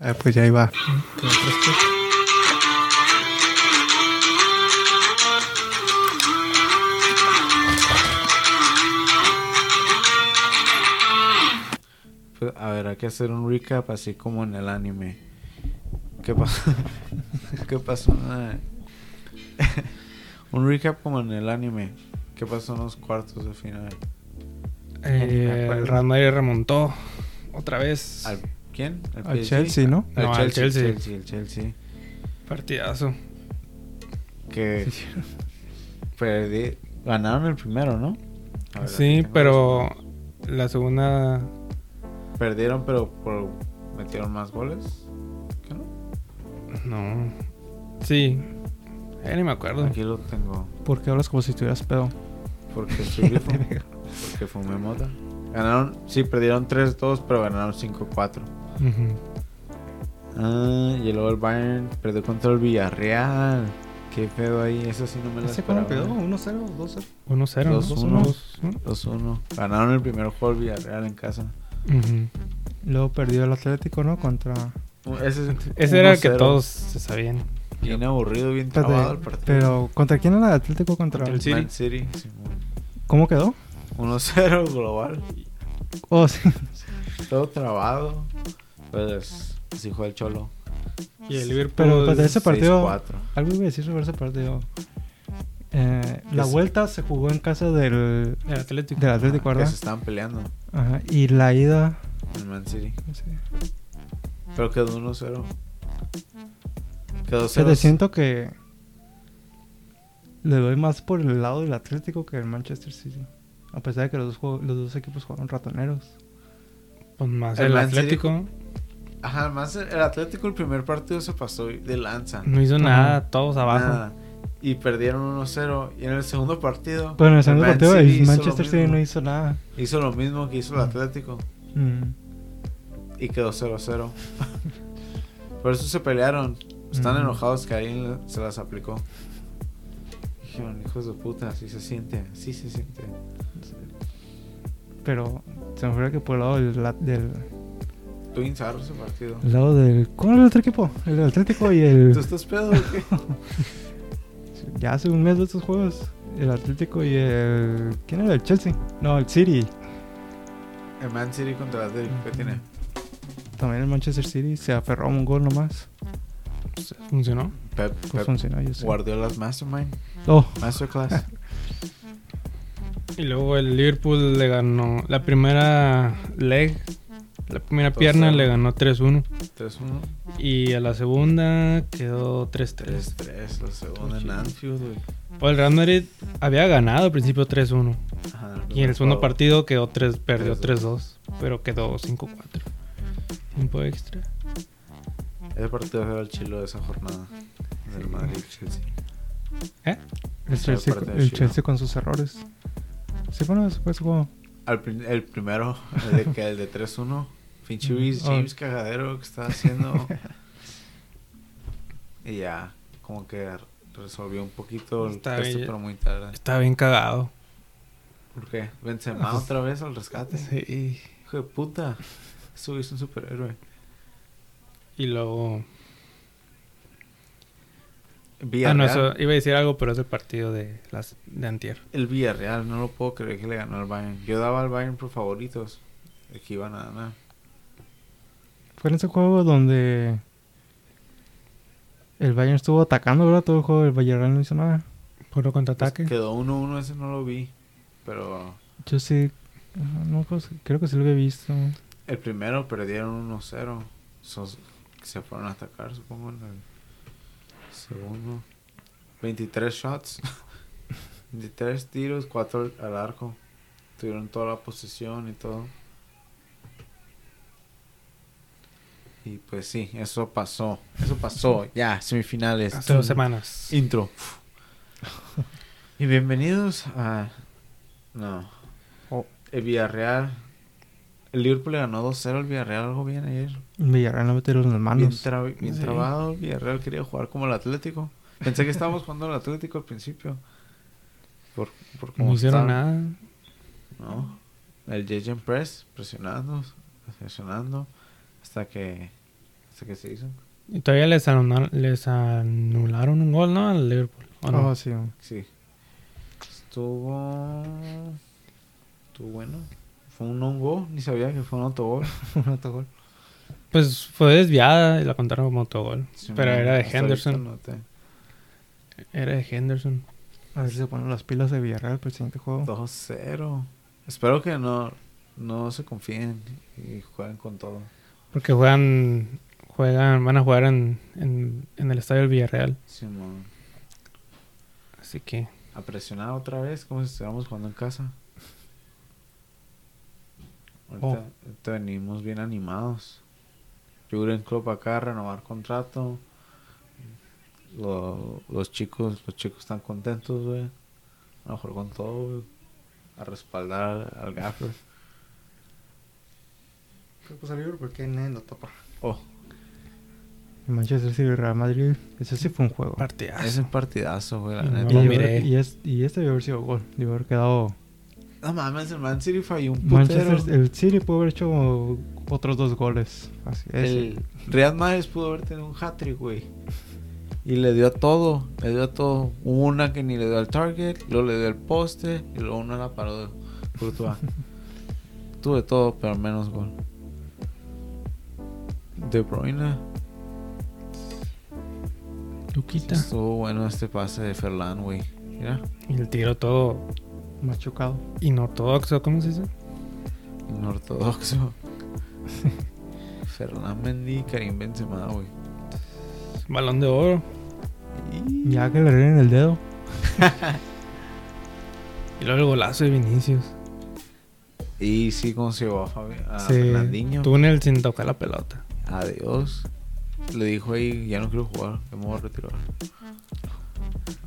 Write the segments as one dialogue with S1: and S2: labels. S1: Ah, pues ya iba.
S2: Pues, a ver, hay que hacer un recap así como en el anime. ¿Qué pasó? ¿Qué pasó? en- un recap como en el anime. ¿Qué pasó en los cuartos de final?
S3: Eh,
S2: acuerdo.
S3: el Real Madrid remontó otra vez.
S2: ¿Al, ¿Quién?
S1: Al
S2: PSG?
S1: Chelsea, ¿no?
S2: Al
S3: No, al
S2: Chelsea,
S3: Chelsea.
S2: Chelsea, el Chelsea.
S3: Partidazo.
S2: Que perdí- ganaron el primero, ¿no? A ver, aquí
S3: sí,
S2: tengo
S3: pero la segunda.
S2: los- Perdieron, pero por- metieron más goles. ¿Qué no?
S3: No. Sí. Ya ni me acuerdo.
S2: Aquí lo tengo.
S1: ¿Por qué hablas como si estuvieras pedo?
S2: Porque soy grifo. porque fumé mota. Ganaron, sí, perdieron 3-2, pero ganaron 5-4.
S3: Ujú.
S2: Ah, y luego el Bayern perdió contra el Villarreal. Qué pedo ahí, eso sí no me lo
S4: ¿Ese cómo
S2: esperaba. ¿eh?
S4: quedó? ¿1-0? ¿2-0?
S3: 1-0. ¿no?
S2: 2-1.
S3: 2-1.
S2: 2-1. Ganaron el primer juego el Villarreal en casa.
S3: Ujú.
S1: Luego perdió el Atlético, ¿no? Contra.
S2: Ah, Ese, es
S3: Ese era el que
S2: 1-0.
S3: todos se sabían.
S2: Bien aburrido, bien
S1: Espérate,
S2: trabado el partido.
S1: pero ¿contra quién era el Atlético? Contra.
S3: Contra el
S2: Man City. Simón.
S1: ¿Cómo quedó?
S2: 1-0 global.
S1: Oh, sí.
S2: Todo trabado. Pues así fue el Cholo.
S3: Y el Liverpool.
S1: Pero pues, de ese partido.
S2: 6-4.
S1: Algo iba a decir sobre ese partido. Eh, la
S2: Que se-
S1: vuelta se jugó en casa del,
S3: El Atlético.
S1: del Atlético,
S2: Ah, Que
S1: ¿verdad?
S2: se estaban peleando
S1: Ajá. Y la ida.
S2: el Man City.
S1: sí.
S2: Pero quedó 1-0. Quedó
S1: Que te
S2: 0
S1: siento que. Le doy más por el lado del Atlético que del Manchester City. A pesar de que los dos, juego- los dos equipos jugaron ratoneros.
S3: Pues más
S2: El
S3: el,
S2: Man City.
S3: Atlético.
S2: Ajá, además el el Atlético el primer partido se pasó de lanza.
S3: No hizo nada. Todos abajo.
S2: Nada. Y perdieron 1-0. Y en el segundo partido.
S1: Pero en el segundo
S2: Man
S1: partido
S2: City
S1: el
S2: hizo lo
S1: Manchester City
S2: mismo.
S1: no hizo nada.
S2: Hizo lo mismo que hizo el Atlético.
S1: Mm.
S2: Y quedó 0-0. Por eso se pelearon. Están
S1: Ujú.
S2: enojados que alguien la- se las aplicó. Dijeron, hijos de puta, así se siente, así se siente.
S1: Pero se me fue que por el lado del, la- del-
S2: Tú bien zarro ese partido.
S1: el lado del. ¿Cuál era el otro equipo? El del Atlético y el.
S2: ¿Tú estás pedo o qué?
S1: Ya hace un mes de estos juegos. El Atlético y el. ¿Quién era? El Chelsea. No, el City.
S2: El Man City contra el Atlético, ¿qué tiene?
S1: También el Manchester City se aferró a un gol nomás.
S3: Pues, Funcionó.
S2: Pep,
S1: Pues
S2: Pep
S1: funcionó, yo sé.
S2: Guardiola's Mastermind,
S1: Oh,
S2: Masterclass.
S3: Y luego el Liverpool le ganó la primera leg, la primera pierna le ganó 3-1.
S2: 3-1,
S3: Y a la segunda quedó 3-3.
S2: 3-3, la segunda en Anfield, güey.
S3: Pues el Real Madrid había ganado al principio 3-1.
S2: Ajá,
S3: Y en el segundo partido quedó 3, perdió
S2: 3-2.
S3: 3-2. Pero quedó 5-4. Tiempo extra.
S2: Ese partido era el chilo de esa jornada. Del Madrid Chelsea.
S1: el
S2: Se
S1: Chelsea,
S2: perdió,
S1: el
S2: sí,
S1: Chelsea con sus errores. Sí, bueno, después jugó.
S2: Al prin- el primero, el de, que- el de 3-1. Finchi
S1: Oh.
S2: James Cagadero que estaba haciendo. y ya, como que resolvió un poquito el
S3: Está
S2: texto,
S3: bien.
S2: pero muy tarde.
S3: Estaba bien cagado.
S2: ¿Por qué? Benzema otra vez al rescate.
S3: Sí.
S2: Hijo de puta. Eso es un superhéroe.
S3: Y luego. Ah,
S2: Villarreal.
S3: no, eso iba a decir algo, pero es el partido de, las, de Antier.
S2: El Villarreal, no lo puedo creer que le ganó al Bayern. Yo daba al Bayern por favoritos. De que iban a ganar.
S1: Fue en ese juego donde. El Bayern estuvo atacando, ¿verdad? Todo el juego. El Bayern no hizo nada.
S2: Pues
S3: Puro contraataque.
S2: quedó 1-1, ese no lo vi. Pero
S1: Yo sí. ajá, No, pues, creo que sí lo he visto.
S2: el primero perdieron 1-0. Esos que se fueron a atacar, supongo, en el segundo. 23 shots. 23 tiros, 4 al arco. Tuvieron toda la posesión y todo. Y pues sí, eso pasó. Eso pasó. Ya, semifinales.
S3: Hace dos semanas.
S2: Intro. Y bienvenidos a. No.
S1: Oh.
S2: El Villarreal. El Liverpool le ganó 2-0 al Villarreal, algo bien ayer.
S1: El Villarreal no metieron las
S2: Bien,
S1: manos.
S2: tra- bien
S3: Sí.
S2: trabado. El Villarreal quería jugar como el Atlético. Pensé que estábamos jugando al Atlético al principio. Por, por cómo
S3: No hicieron
S2: estaban.
S3: nada.
S2: No. El Jason Press presionando, presionando. Hasta que. hasta que se hizo.
S3: Y todavía les anularon, les anularon un gol, ¿no? Al Liverpool. ¿o no?
S1: Oh, sí. man.
S2: Sí. Estuvo. Estuvo bueno. Fue un hongo, ni sabía que fue un autogol.
S1: Un autogol.
S3: Pues fue desviada y la contaron como autogol.
S2: Sí,
S3: Pero
S2: no,
S3: era de
S2: hasta ahorita
S3: Henderson.
S2: no te-
S3: Era de Henderson.
S1: A ver si se ponen las pilas de Villarreal para el siguiente
S3: Oh.
S1: juego.
S2: 2-0. Espero que no, no se confíen y jueguen con todo.
S3: Porque juegan. juegan Van a jugar en, en, en el estadio del Villarreal.
S2: Simón.
S3: Así que.
S2: A presionar otra vez, como si estuviéramos jugando en casa. Ahorita, ahorita venimos bien animados. Jurgen Klopp acá a renovar contrato. Lo- los chicos, los chicos están contentos, güey. A lo mejor con todo, güey. A respaldar al Gaffer.
S1: Pues a Liverpool porque nadie lo tapa.
S2: Oh,
S1: Manchester City y Real Madrid. Ese sí fue un juego.
S3: Partidazo.
S2: es un partidazo, güey, la
S3: Ah, No
S2: neta.
S1: Y,
S3: lo
S1: yo-
S3: miré.
S1: y es- y este debió haber sido gol. Debió haber quedado.
S2: No mames, el Man City falló un putero.
S1: Manchester, el City pudo haber hecho otros dos goles. Así es.
S2: El Real Madrid pudo haber tenido un hat-trick, güey. Y le dio a todo, le dio a todo. Hubo una que ni le dio al target, luego le dio al poste y luego una la paró de Courtois. Tuve todo, pero menos gol. De Bruyne.
S3: Luquita.
S2: Estuvo bueno este pase de Ferland, güey. Mira,
S3: Y el tiro todo
S1: Machucado.
S3: inortodoxo, ¿cómo se dice?
S2: un ortodoxo. Ferland Mendy, Karim Benzema, güey.
S3: Balón de oro.
S2: Y-
S1: Ya que le arreglen el dedo.
S3: Y luego el golazo de Vinicius.
S2: Y sí, como se llevó a, Fabi- a
S3: Sí,
S2: Fernandinho.
S3: Túnel sin tocar la pelota.
S2: Adiós. Le dijo ahí, ya no quiero jugar, ya me voy a retirar.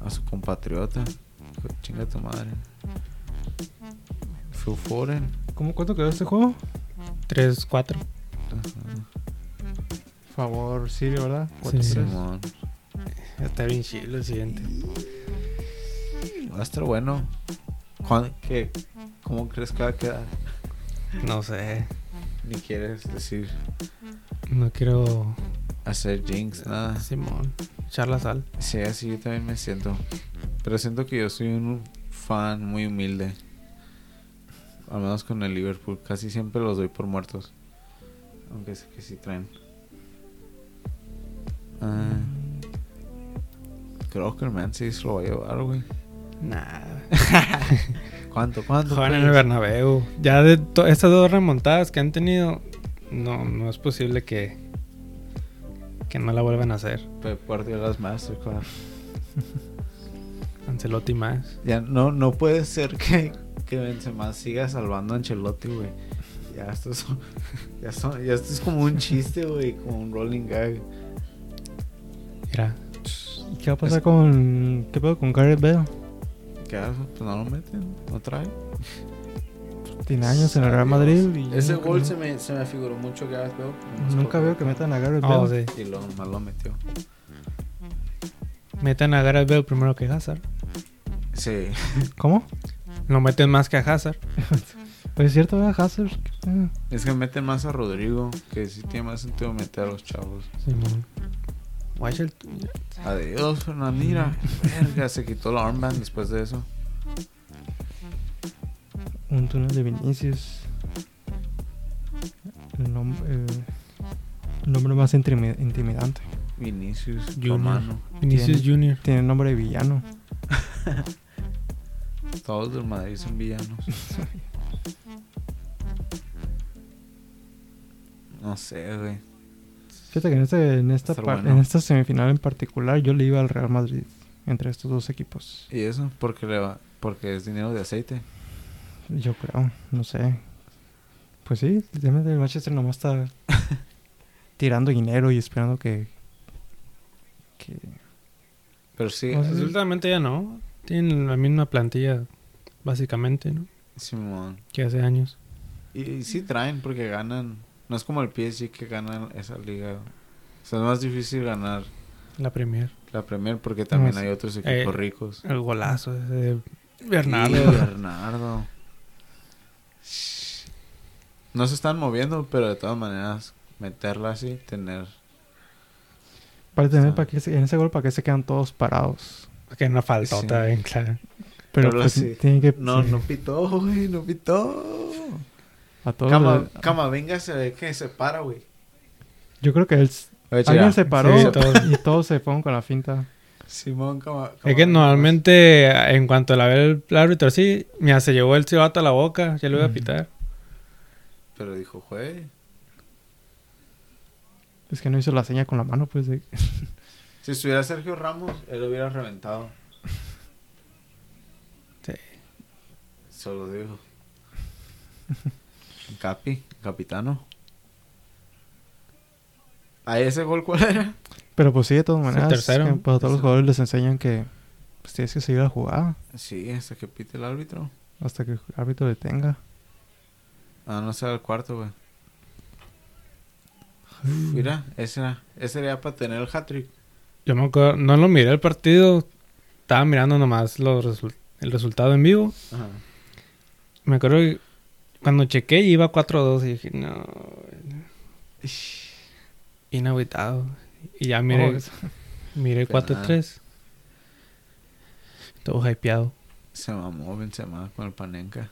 S2: A su compatriota. Dijo, Chinga tu madre. Fue foreign.
S1: ¿Cómo, ¿Cuánto quedó este juego?
S3: 3-4.
S2: Ajá.
S1: Favor City, ¿verdad?
S3: Sí.
S1: Cuatro-tres.
S2: Simón.
S3: Está bien chido el siguiente.
S2: Va a estar bueno. ¿Cuán- qué- ¿Cómo crees que va a quedar?
S3: No sé.
S2: Ni quieres decir
S3: No quiero.
S2: hacer jinx,
S3: Ah.
S2: nada.
S3: Simón. Echar la sal.
S2: Sí, así yo también me siento. Pero siento que yo soy un fan muy humilde. Al menos con el Liverpool. Casi siempre los doy por muertos. Aunque sé que sí traen. Ah, creo que el Man City se lo va a llevar, güey.
S3: Nada.
S2: ¿Cuánto, cuánto?
S3: Juegan en
S2: pues?
S3: el Bernabéu. Ya de to- estas dos remontadas que han tenido, no, no es posible que. Que no la vuelvan a hacer.
S2: Pep Guardiola's Masterclass.
S3: Ancelotti más.
S2: Ya no, no puede ser que, que Benzema siga salvando a Ancelotti, güey. Ya esto es, ya, son- ya esto es como un chiste, güey. Como un rolling gag.
S3: Mira.
S1: ¿Y ¿Qué va a pasar con. ¿Qué pedo con Gareth Bale?
S2: ¿Qué hago? Pues no lo meten, no trae.
S1: Tiene años en el Real Madrid. y yo
S2: Ese
S1: nunca-
S2: gol se me, se me figuró mucho que Gareth Bale.
S1: Nunca veo que metan a Gareth Bale.
S3: Oh, sí.
S2: Y lo mal lo metió.
S3: Meten a Gareth Bale primero que Hazard.
S2: Sí.
S1: ¿Cómo?
S3: Lo meten más que a Hazard.
S1: Pues es cierto, ¿verdad? Hazard. Ah,
S2: Es que meten más a Rodrigo, que sí tiene más sentido meter a los chavos.
S3: Simón. Watch el-
S2: Adiós, Fernandina. Verga, se quitó la armband después de eso.
S1: Un túnel de Vinicius. El, nom- el nombre más intrimi- intimidante.
S2: Vinicius,
S3: Junior.
S2: Romano.
S3: Vinicius Junior.
S1: Tiene nombre de villano.
S2: Todos del Madrid son villanos. No sé, güey.
S1: Fíjate que en, este- en, esta,
S2: Estar
S1: par-
S2: bueno.
S1: en esta semifinal en particular yo le iba al Real Madrid entre estos dos equipos.
S2: ¿Y eso? Porque, le va, porque es dinero de aceite.
S1: Yo creo, no sé. Pues sí, el tema del Manchester nomás está tirando dinero y esperando que... que
S2: Pero sí,
S1: No sé si-
S3: Eh, Absolutamente ya no. Tienen la misma plantilla, básicamente, ¿no?
S2: Simón.
S3: Que hace años.
S2: Y, y sí traen porque ganan. No es como el PSG que ganan esa liga. O sea, es más difícil ganar
S3: La Premier.
S2: la Premier porque también
S1: No, sí.
S2: hay otros equipos
S3: Eh,
S2: ricos.
S3: El golazo ese de
S2: Y
S3: Bernardo.
S2: Bernardo. No se están moviendo, pero de todas maneras, meterla así, tener
S1: Para tener,
S2: Sí.
S1: para que se- en ese gol, para que se quedan todos parados.
S3: Que una faltota bien clara.
S1: Pero,
S2: Pero
S1: pues
S2: sí.
S1: tienen que.
S2: No,
S1: sí,
S2: no pitó, güey, no pitó.
S1: A todos.
S2: Cama,
S1: le-
S2: cama, venga, se ve que se para, güey.
S1: Yo creo que él.
S2: Pues
S1: Alguien se paró
S3: Sí, todos.
S1: y todos se fueron con la finta.
S2: Simón, cama. pues, cama
S3: Es que
S2: venga,
S3: normalmente, en cuanto la ve el árbitro así, mira, se llevó el silbato a la boca, ya lo iba a
S1: Ujú.
S3: pitar.
S2: pues. Pero dijo, güey.
S1: Es que no hizo la seña con la mano, pues. de-
S2: Si estuviera Sergio Ramos, él lo hubiera reventado.
S3: Sí.
S2: Solo digo. Capi, capitano. ¿Ahí ese gol cuál era?
S1: Pero pues sí, de todas maneras.
S3: tercero.
S1: que, pues, a todos los
S2: Tercero.
S1: jugadores les enseñan que pues, tienes que seguir la jugada
S2: Sí, hasta que pite el árbitro.
S1: hasta que el árbitro detenga.
S2: Ah, no será el cuarto, güey. Mira, ese era, ese era para tener el hat-trick.
S3: Yo me acuerdo, no lo miré el partido, estaba mirando nomás los resu- el resultado en vivo.
S2: Ajá.
S3: Me acuerdo que cuando chequé iba 4-2 y dije, no. Inhabitado. Y ya miré,
S1: Oh,
S3: miré
S2: Penal.
S3: 4-3. Todo hypeado.
S2: Se mamó Benzema con el Panenka.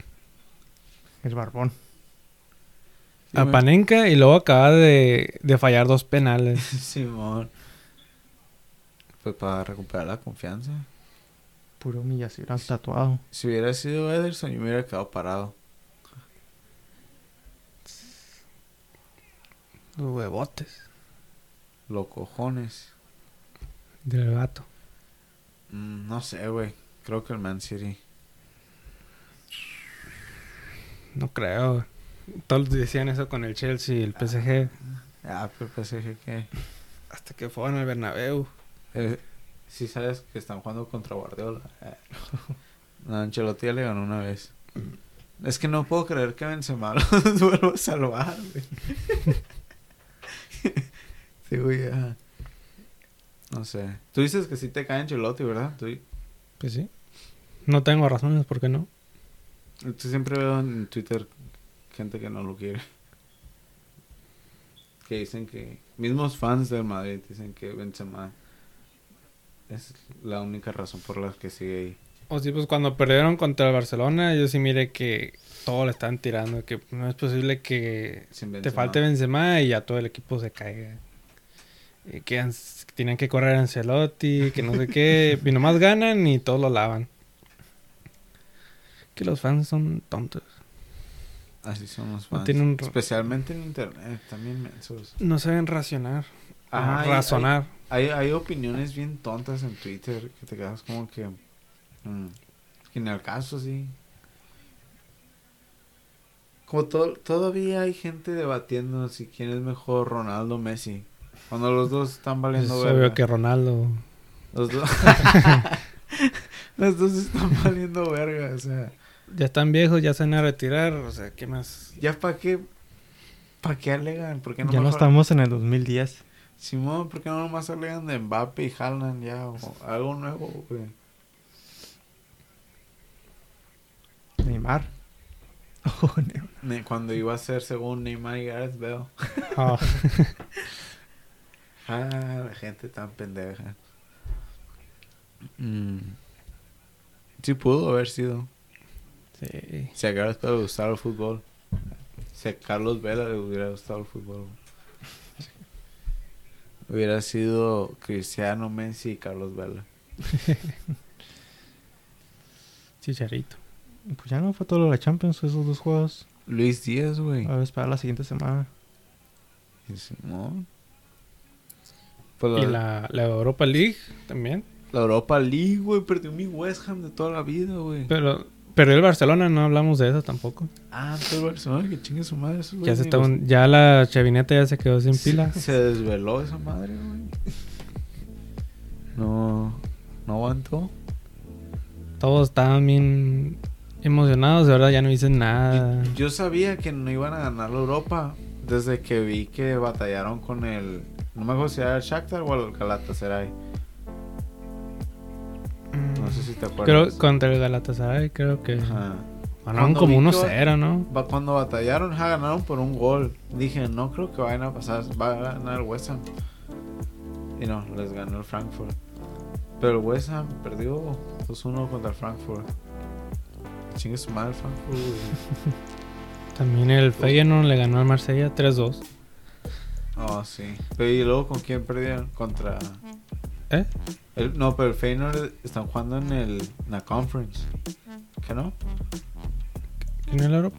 S1: El barbón.
S2: Sí,
S3: a
S2: me-
S3: Panenka y luego acaba de, de fallar dos penales.
S2: Simón. Pues para recuperar la confianza.
S1: Puro humillación al tatuado.
S2: Si hubiera sido Ederson, yo me hubiera quedado parado.
S3: Los huevotes.
S2: Los cojones.
S3: Del gato.
S2: Mm, no sé, güey. Creo que el Man City.
S3: No creo. Todos decían eso con el Chelsea y el PSG.
S2: Ah, pero PSG que.
S3: Hasta que fueron al Bernabéu.
S2: Eh, si sabes que están jugando contra Guardiola. Eh. No, Ancelotti ya le ganó una vez. Es que no puedo creer que Benzema los vuelva a salvar, güey. Sí, güey, ajá. No sé. Tú dices que sí te cae Ancelotti, ¿verdad? Tú,
S3: Pues sí. No tengo razones, ¿por qué no?
S2: tú siempre veo en Twitter gente que no lo quiere. Que dicen que... Mismos fans del Madrid dicen que Benzema es la única razón por la que sigue ahí.
S3: O sí, pues cuando perdieron contra el Barcelona, yo sí miré que todo le estaban tirando, que no es posible que
S2: Sin
S3: te
S2: Benzema.
S3: falte Benzema y ya todo el equipo se caiga. Y que ans- tienen que correr a Ancelotti, que no sé qué, y nomás ganan y todos lo lavan. Que los fans son tontos.
S2: Así son los
S3: No
S2: fans.
S3: tiene un-
S2: Especialmente en internet, también mensos.
S3: No saben racionar,
S2: Ajá, hay-
S3: razonar.
S2: Hay, hay opiniones bien tontas en Twitter que te quedas como que. mm, que en el caso, sí. Como to- todavía hay gente debatiendo si quién es mejor, Ronaldo o Messi. Cuando los dos están
S3: Es
S2: valiendo
S3: obvio
S2: verga.
S3: que Ronaldo.
S2: Los, dos... los dos están valiendo verga, o sea.
S3: Ya están viejos, ya se van a retirar, o sea, ¿qué más?
S2: ¿Ya para qué? ¿Para qué alegan? ¿Por qué no
S1: ya no
S2: mejor-
S1: estamos en el 2010.
S2: Simón, ¿por qué no nomás salgan de Mbappe y Haaland ya? o algo nuevo, güey.
S1: Neymar. Oh, Neymar.
S2: Ne- Cuando iba a ser según Neymar y Gareth Bale.
S3: Ah,
S2: Ah, la gente tan pendeja. Mm. Sí pudo haber sido.
S3: sí.
S2: Si a Gareth Bale le gustara el fútbol. Si a Carlos Vela le hubiera gustado el fútbol. Hubiera sido Cristiano Messi y Carlos Vela.
S3: Chicharito.
S1: Pues ya no fue todo lo de la Champions, esos dos juegos.
S2: Luis Díaz, güey.
S3: Ah.
S1: A ver, esperar la siguiente semana.
S2: Y Simón. Pues
S3: Y la, la Europa League también.
S2: La Europa League, güey, perdió mi West Ham de toda la vida, güey.
S3: Pero perdió el Barcelona, no hablamos de eso tampoco.
S2: Ah, todo el Barcelona, que chingue su madre. esos
S3: Ya
S2: güeyes Pues
S3: se
S2: ni
S3: está
S2: los-
S3: un- ya la chavineta ya se quedó sin pila.
S2: Se desveló esa madre, güey. No, no aguantó.
S3: Todos estaban bien emocionados, de verdad ya no dicen nada.
S2: Yo sabía que no iban a ganar la Europa desde que vi que batallaron con el. No me acuerdo si era el Shakhtar o el Galatasaray. No sé si te
S3: Creo
S2: acuerdas.
S3: contra el Galatasaray, creo que
S2: Ajá.
S3: ganaron
S2: Cuando
S3: como
S2: vi que
S3: 1-0, ¿no?
S2: Ba- Cuando batallaron, ja, ganaron por un gol. Dije, no creo que vayan a pasar, va a ganar el West Ham. Y no, les ganó el Frankfurt. Pero el West Ham perdió 2-1 contra el Frankfurt. Chingue su madre el Frankfurt. güey.
S3: También el Feyenoord le ganó al Marsella 3-2.
S2: Oh, sí. Pero y luego con quién perdieron? Contra.
S3: ¿Eh?
S2: El, no, pero el Feyenoord están jugando en, el, en la conference. ¿Qué no?
S3: ¿Quién era el Europa?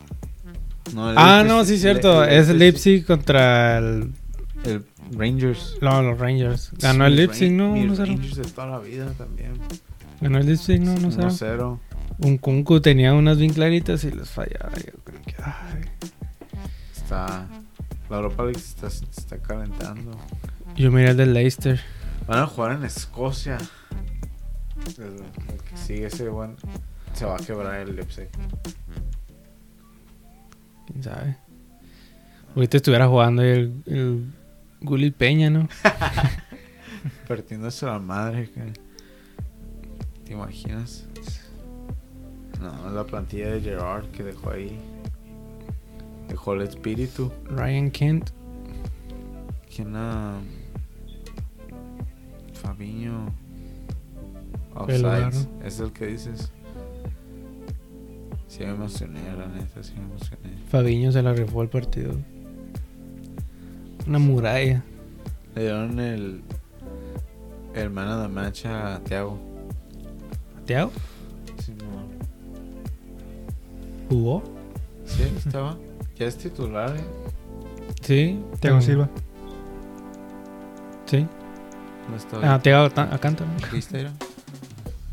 S2: no el
S3: Ah,
S2: Leipzig-
S3: no, sí,
S2: Le-
S3: cierto. Es el
S2: Leipzig-
S3: Leipzig contra el,
S2: El Rangers.
S3: no, los Rangers. Ganó el
S2: Mi
S3: Leipzig,
S2: Ra-
S3: ¿no?
S2: mi
S3: 1-0.
S2: Rangers de toda la vida también.
S3: Ganó el Leipzig, ¿no? 1-0.
S2: 1-0.
S3: Un Kunku tenía unas bien claritas y les fallaba. Yo creo que. ay.
S2: Está. La Europa League se está, se está calentando.
S3: Yo miré el del Leicester.
S2: Van a jugar en Escocia. El, el que sigue ese buen. Se va a quebrar el Leipzig.
S3: ¿Quién sabe? Ahorita estuviera jugando el, el Gullit Peña, ¿no?
S2: Partiéndose la madre. que- ¿Te imaginas? No, la plantilla de Gerard que dejó ahí. Dejó el espíritu.
S3: Ryan Kent.
S2: ¿Quién a. Fabiño.
S3: Qué lugar,
S2: Offsides. Es el que dices. Sí, me emocioné, la neta, sí me emocioné.
S3: Fabiño se la rifó el partido. Una muralla.
S2: Le dieron el. El man of the match a Thiago.
S3: ¿Teao?
S2: Sí, no.
S3: ¿Jugó?
S2: Sí, estaba. Ya es titular, ¿eh?
S3: Sí.
S1: Thiago Silva.
S3: Sí.
S2: No estaba.
S3: Ah, Teao Acanta. ¿no?
S2: ¿Viste, era?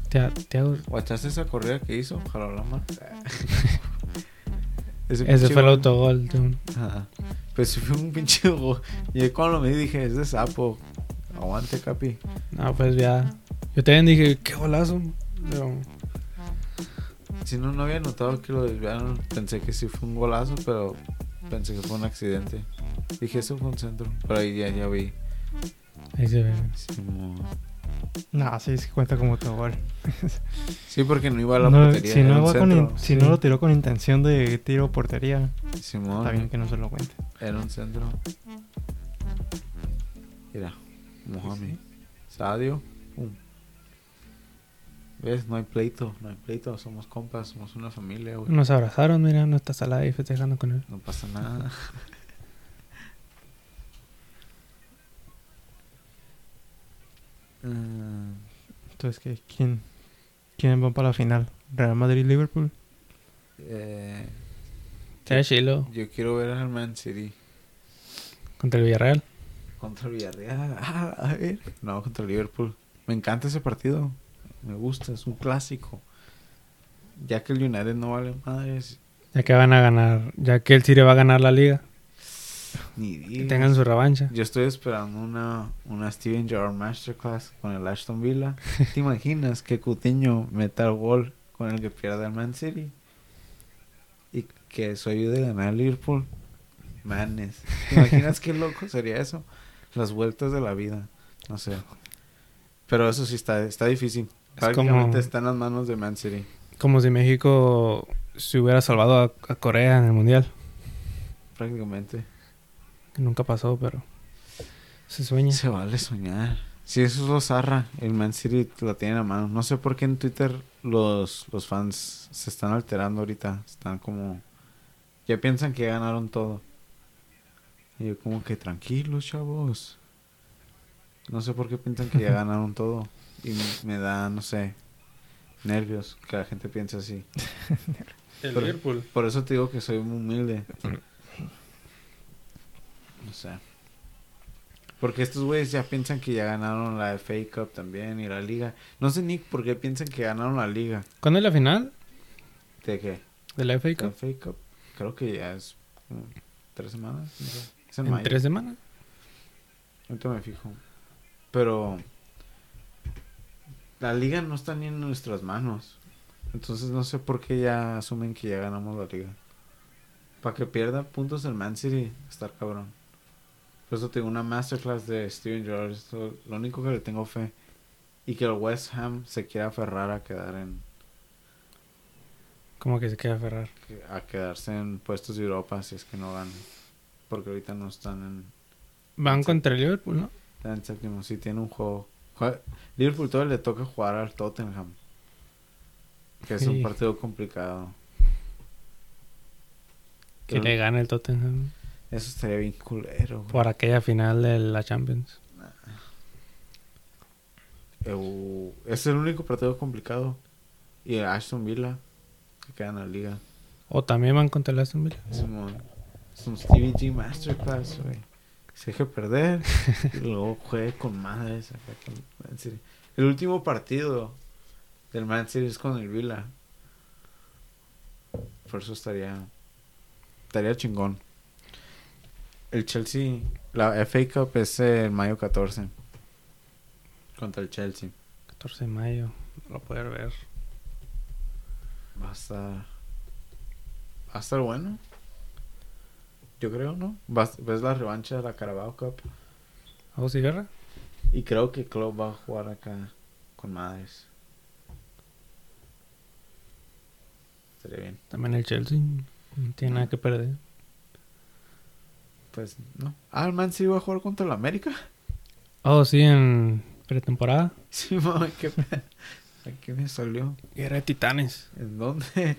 S3: Tea- Thiago-
S2: ¿Guachaste esa corrida que hizo? Ojalá la mar.
S3: Ese
S2: pinche
S3: fue el
S2: gol-
S3: autogol. de un-
S2: Ajá. Pues sí fue un pinche go- Y cuando lo me dije, es de sapo. Aguante, Capi.
S3: No, pues ya. Yo también dije, qué golazo. Pero
S2: Si no, no había notado que lo desviaron. Pensé que sí fue un golazo, pero pensé que fue un accidente. Dije, eso fue un centro. Pero ahí ya, ya vi.
S3: ahí se ve.
S2: Sí, mo-
S1: No, sí, sí cuenta como autogol.
S2: sí, porque no iba a la
S1: No,
S2: portería.
S1: si
S2: era
S1: no,
S2: un
S1: va con
S2: centro.
S1: in- si
S3: Sí.
S1: no lo tiró con intención de tiro o portería,
S2: Simón,
S1: está bien que no se lo cuente.
S2: era un centro. Mira, Mohamed. Sadio. pum. ¿Ves? No hay pleito. No hay pleito. Somos compas. Somos una familia, güey.
S3: Nos abrazaron, mira, no está Salah ahí festejando con él.
S2: No pasa nada. Mm,
S1: Entonces, ¿qué? ¿quién, quién va para la final? ¿Real Madrid-Liverpool?
S2: eh,
S3: Está chilo.
S2: yo quiero ver al Man City
S3: Contra el Villarreal.
S2: contra el Villarreal. Ah, a ver. No, contra el Liverpool. Me encanta ese partido. Me gusta, es un clásico. Ya que el United no vale madres,
S3: Ya que van a ganar. Ya que el City va a ganar la liga.
S2: ni
S3: Que
S2: digas.
S3: tengan su revancha.
S2: Yo estoy esperando una, una Steven Gerrard Masterclass con el Ashton Villa. ¿Te imaginas que Cutiño meta el gol con el que pierda el Man City? Y que eso ayude a ganar el Liverpool. Manes. ¿Te imaginas qué loco sería eso? Las vueltas de la vida. No sé. Pero eso sí está, está difícil. Prácticamente
S3: como-
S2: está en las manos de Man City.
S3: Como si México se hubiera salvado a, a Corea en el Mundial.
S2: Prácticamente.
S3: Que nunca pasó, pero. Se sueña.
S2: Se vale soñar. Sí, eso es lo zarra. El Man City la tiene en la mano. No sé por qué en Twitter los, los fans se están alterando ahorita. Están como... Ya piensan que ganaron todo. Y yo como que tranquilos, chavos. No sé por qué piensan que ya ganaron todo. Y me da, no sé, nervios que la gente piense así.
S3: El
S2: Pero- Por eso te digo que soy muy humilde.
S3: Mm.
S2: No sé. Porque estos güeyes ya piensan que ya ganaron la FA Cup también y la liga. No sé, Nick, por qué piensan que ganaron la liga.
S3: ¿Cuándo es la final
S2: ¿De qué?
S3: de la FA
S2: ¿La
S3: Cup?
S2: FA Cup? Creo que ya es como tres semanas. no sé. Es en,
S3: En
S2: mayo.
S3: tres semanas.
S2: Ahorita me fijo. Pero la liga no está ni en nuestras manos. Entonces no sé por qué ya asumen que ya ganamos la liga. Para que pierda puntos el Man City, estar cabrón. Por eso tengo una masterclass de Steven Gerrard. es Lo lo único que le tengo fe. Y que el West Ham se quiera aferrar a quedar en
S3: Como que se queda Ferrar.
S2: a quedarse en puestos de Europa si es que no ganan. Porque ahorita no están en
S3: Van contra el Liverpool, ¿no?
S2: Está en séptimo, sí, tiene un juego. Jue- Liverpool todavía le toca jugar al Tottenham. Que es
S3: Sí.
S2: un partido complicado.
S3: Que
S2: Pero
S3: le gane el Tottenham
S2: Eso estaría bien culero. güey.
S3: por aquella final de la Champions.
S2: Eu- Eh, uh, es el único partido complicado. Y el Aston Villa, que queda en la liga.
S3: O también van contra el Aston Villa.
S2: Es un, es un Stevie G Masterclass, güey. Se deje perder y luego juegue con madres acá con Man City. El último partido del Man City es con el Villa. Por eso estaría. Estaría chingón. El Chelsea, la FA Cup es el mayo 14. Contra el Chelsea.
S3: 14 de mayo. Lo poder ver.
S2: Va a estar. Va a estar bueno. Yo creo, ¿no? Vas- ves la revancha de la Carabao Cup.
S3: ¿O si guerra?
S2: Y creo que Klopp va a jugar acá con madres. Estaría bien.
S3: También el Chelsea. No tiene nada que perder.
S2: Pues, ¿no? Ah, el Man City va a jugar contra el América.
S3: Oh, sí, en pretemporada.
S2: Sí, mami, qué pe- ¿A qué me salió?
S3: Guerra de Titanes.
S2: ¿En dónde?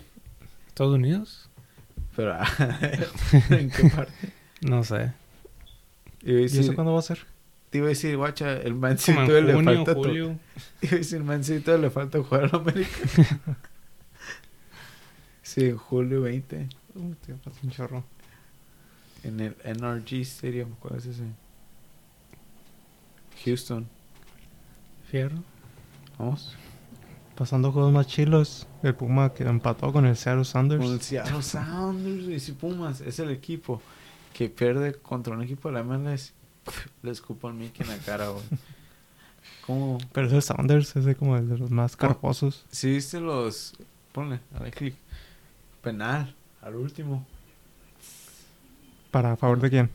S3: Estados Unidos.
S2: Pero, ah, ¿en qué parte?
S3: No sé.
S2: Y iba a
S1: ¿Y
S2: decir-
S1: eso cuándo va a ser?
S2: te iba a decir, guacha, el Man City
S3: Como en
S2: todavía le
S3: junio,
S2: falta to-
S3: julio.
S2: Iba a decir, mancito, le falta jugar a América. sí, en julio 20.
S1: Uh, te falta un chorro.
S2: En el NRG Stadium. ¿Cuál es ese? Houston.
S3: Fierro.
S2: Vamos.
S1: Pasando juegos más chilos, el Puma que empató con el Seattle
S2: Con el
S1: Sanders.
S2: Seattle Sounders y si Pumas. Es el equipo que pierde contra un equipo de la MLS. Le escupo al Mickey en la cara, güey. ¿Cómo?
S1: Pero ese Sanders es de como el de los más carposos.
S2: Si viste los. Ponle, dale clic. Penal, al último.
S1: ¿Para favor de quién?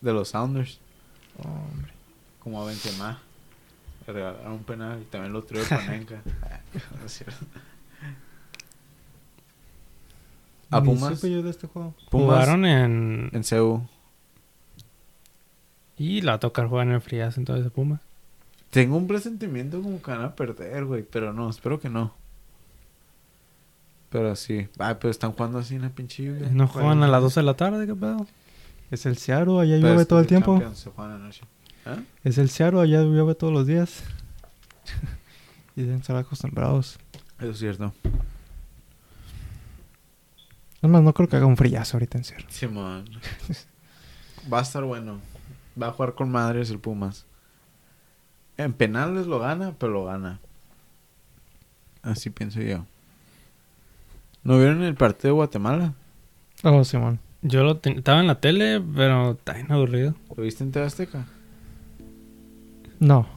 S2: De los Sounders. Oh,
S1: Hombre.
S2: como a Benzema. Le regalaron un penal y también lo trae Panenka. no es cierto. ¿A
S1: Ni
S2: Pumas?
S1: supe yo de este juego.
S2: Pumas
S3: Jugaron en...
S2: en CU.
S3: Y la tocar jugar en el Frías entonces de Pumas.
S2: Tengo un presentimiento como que van a perder, güey, pero no, espero que no. Pero sí. Ah, pero están jugando así en la pinche lluvia.
S3: No juegan a
S2: Bueno,
S3: las 12 de la tarde, qué pedo.
S1: Es el Seattle, allá
S2: pero
S1: llueve
S2: es
S1: todo el tiempo.
S2: Champions, se juegan en la noche. ¿Eh?
S1: Es el Seattle, allá llueve todos los días. y deben estar acostumbrados.
S2: Eso es cierto.
S1: Es más, no creo que haga un frillazo ahorita en Seattle.
S2: Simón. Va a estar bueno. Va a jugar con madres el Pumas. En penales lo gana, pero lo gana. Así pienso yo. ¿No vieron el partido de Guatemala?
S1: Oh, Simón.
S3: Yo lo ten- estaba en la tele, pero está bien aburrido.
S2: ¿Lo viste en TV Azteca?
S1: No.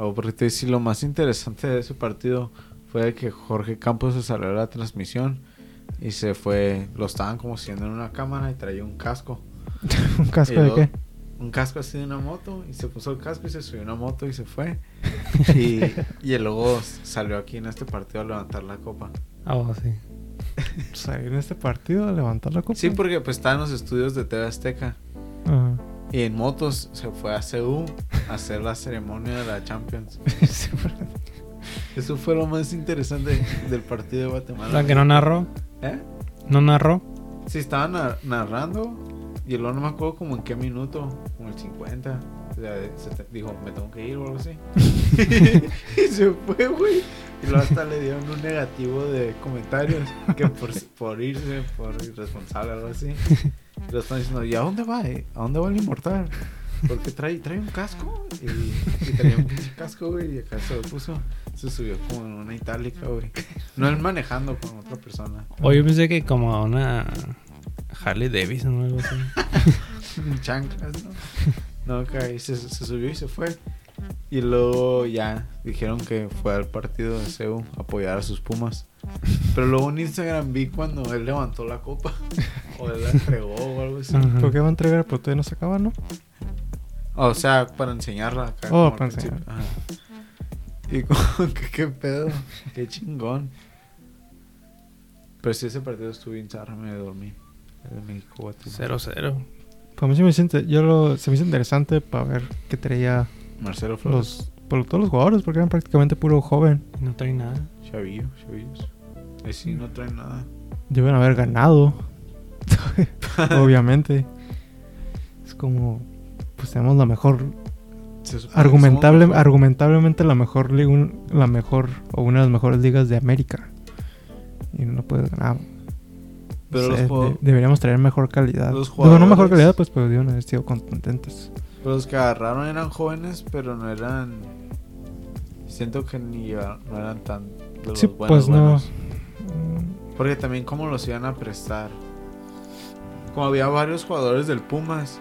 S2: Oh, porque te voy a decir, lo más interesante de ese partido fue que Jorge Campos se salió de la transmisión y se fue. Lo estaban como siendo en una cámara y traía un casco.
S1: ¿Un casco
S2: Y
S1: de
S2: luego,
S1: qué?
S2: Un casco así de una moto y se puso el casco y se subió a una moto y se fue. y, y luego salió aquí en este partido a levantar la copa.
S3: Ah, oh, sí.
S1: Salir en este partido a levantar la copa.
S2: Sí, porque pues está en los estudios de TV Azteca
S1: Ajá.
S2: y en motos se fue a CU a hacer la ceremonia de la Champions.
S1: Sí, porque-
S2: Eso fue lo más interesante del partido de Guatemala.
S3: O sea, que no narró.
S2: ¿Eh?
S3: No narró.
S2: Sí, estaban nar- narrando y luego no me acuerdo como en qué minuto, como el 50. O sea, se te- dijo, me tengo que ir o algo así. y se fue, güey. Y luego hasta le dieron un negativo de comentarios, que por, por irse, por irresponsable o algo así. Y lo están diciendo, ¿y a dónde va? eh? ¿A dónde va el inmortal? Porque trae, trae un casco y, y traía un pinche casco, güey, y acá se lo puso. Se subió como en una itálica, güey. No él manejando con otra persona.
S3: O yo pensé que como a una Harley Davidson o algo así.
S2: en chanclas, ¿no? No, acá, y se, se subió y se fue. Y luego ya dijeron que fue al partido de Seúl a apoyar a sus Pumas. Pero luego en Instagram vi cuando él levantó la copa. O él la entregó o algo así.
S3: Ajá.
S1: ¿Por qué va a entregar? Pero todavía no se acaba, ¿no?
S2: O sea, para enseñarla acá.
S1: Oh,
S2: como al
S1: para
S2: principio. Ajá. Y como que qué pedo. Qué chingón. Pero si ese partido estuve en Zarra, me dormí. El de México, Guatemala.
S3: 0-0.
S1: Pues a mí se me, hizo inter- yo lo- se me hizo interesante para ver qué traía
S2: Marcelo Flores.
S1: Los, por todos los jugadores, porque eran prácticamente puro joven.
S3: Y no trae nada.
S2: Chavillo, chavillos. Ahí sí no traen nada.
S1: Deben haber ganado. Obviamente. Es como. Pues tenemos la mejor.
S2: Se supone que
S1: Argumentable,
S2: somos-
S1: argumentablemente la mejor liga, un- la mejor o una de las mejores ligas de América. Y no puedes ganar.
S2: Pero
S1: No
S2: los
S1: sé,
S2: jugador-
S1: eh, de- deberíamos traer mejor calidad.
S2: los
S1: Digo, no mejor
S2: jugadores-
S1: calidad, pues, pero deben haber sido contentes.
S2: Pero los que agarraron eran jóvenes, pero no eran. Siento que ni a- no eran tan. de los
S1: Sí,
S2: buenos,
S1: pues no.
S2: buenos. Porque también, ¿cómo los iban a prestar? Como había varios jugadores del Pumas,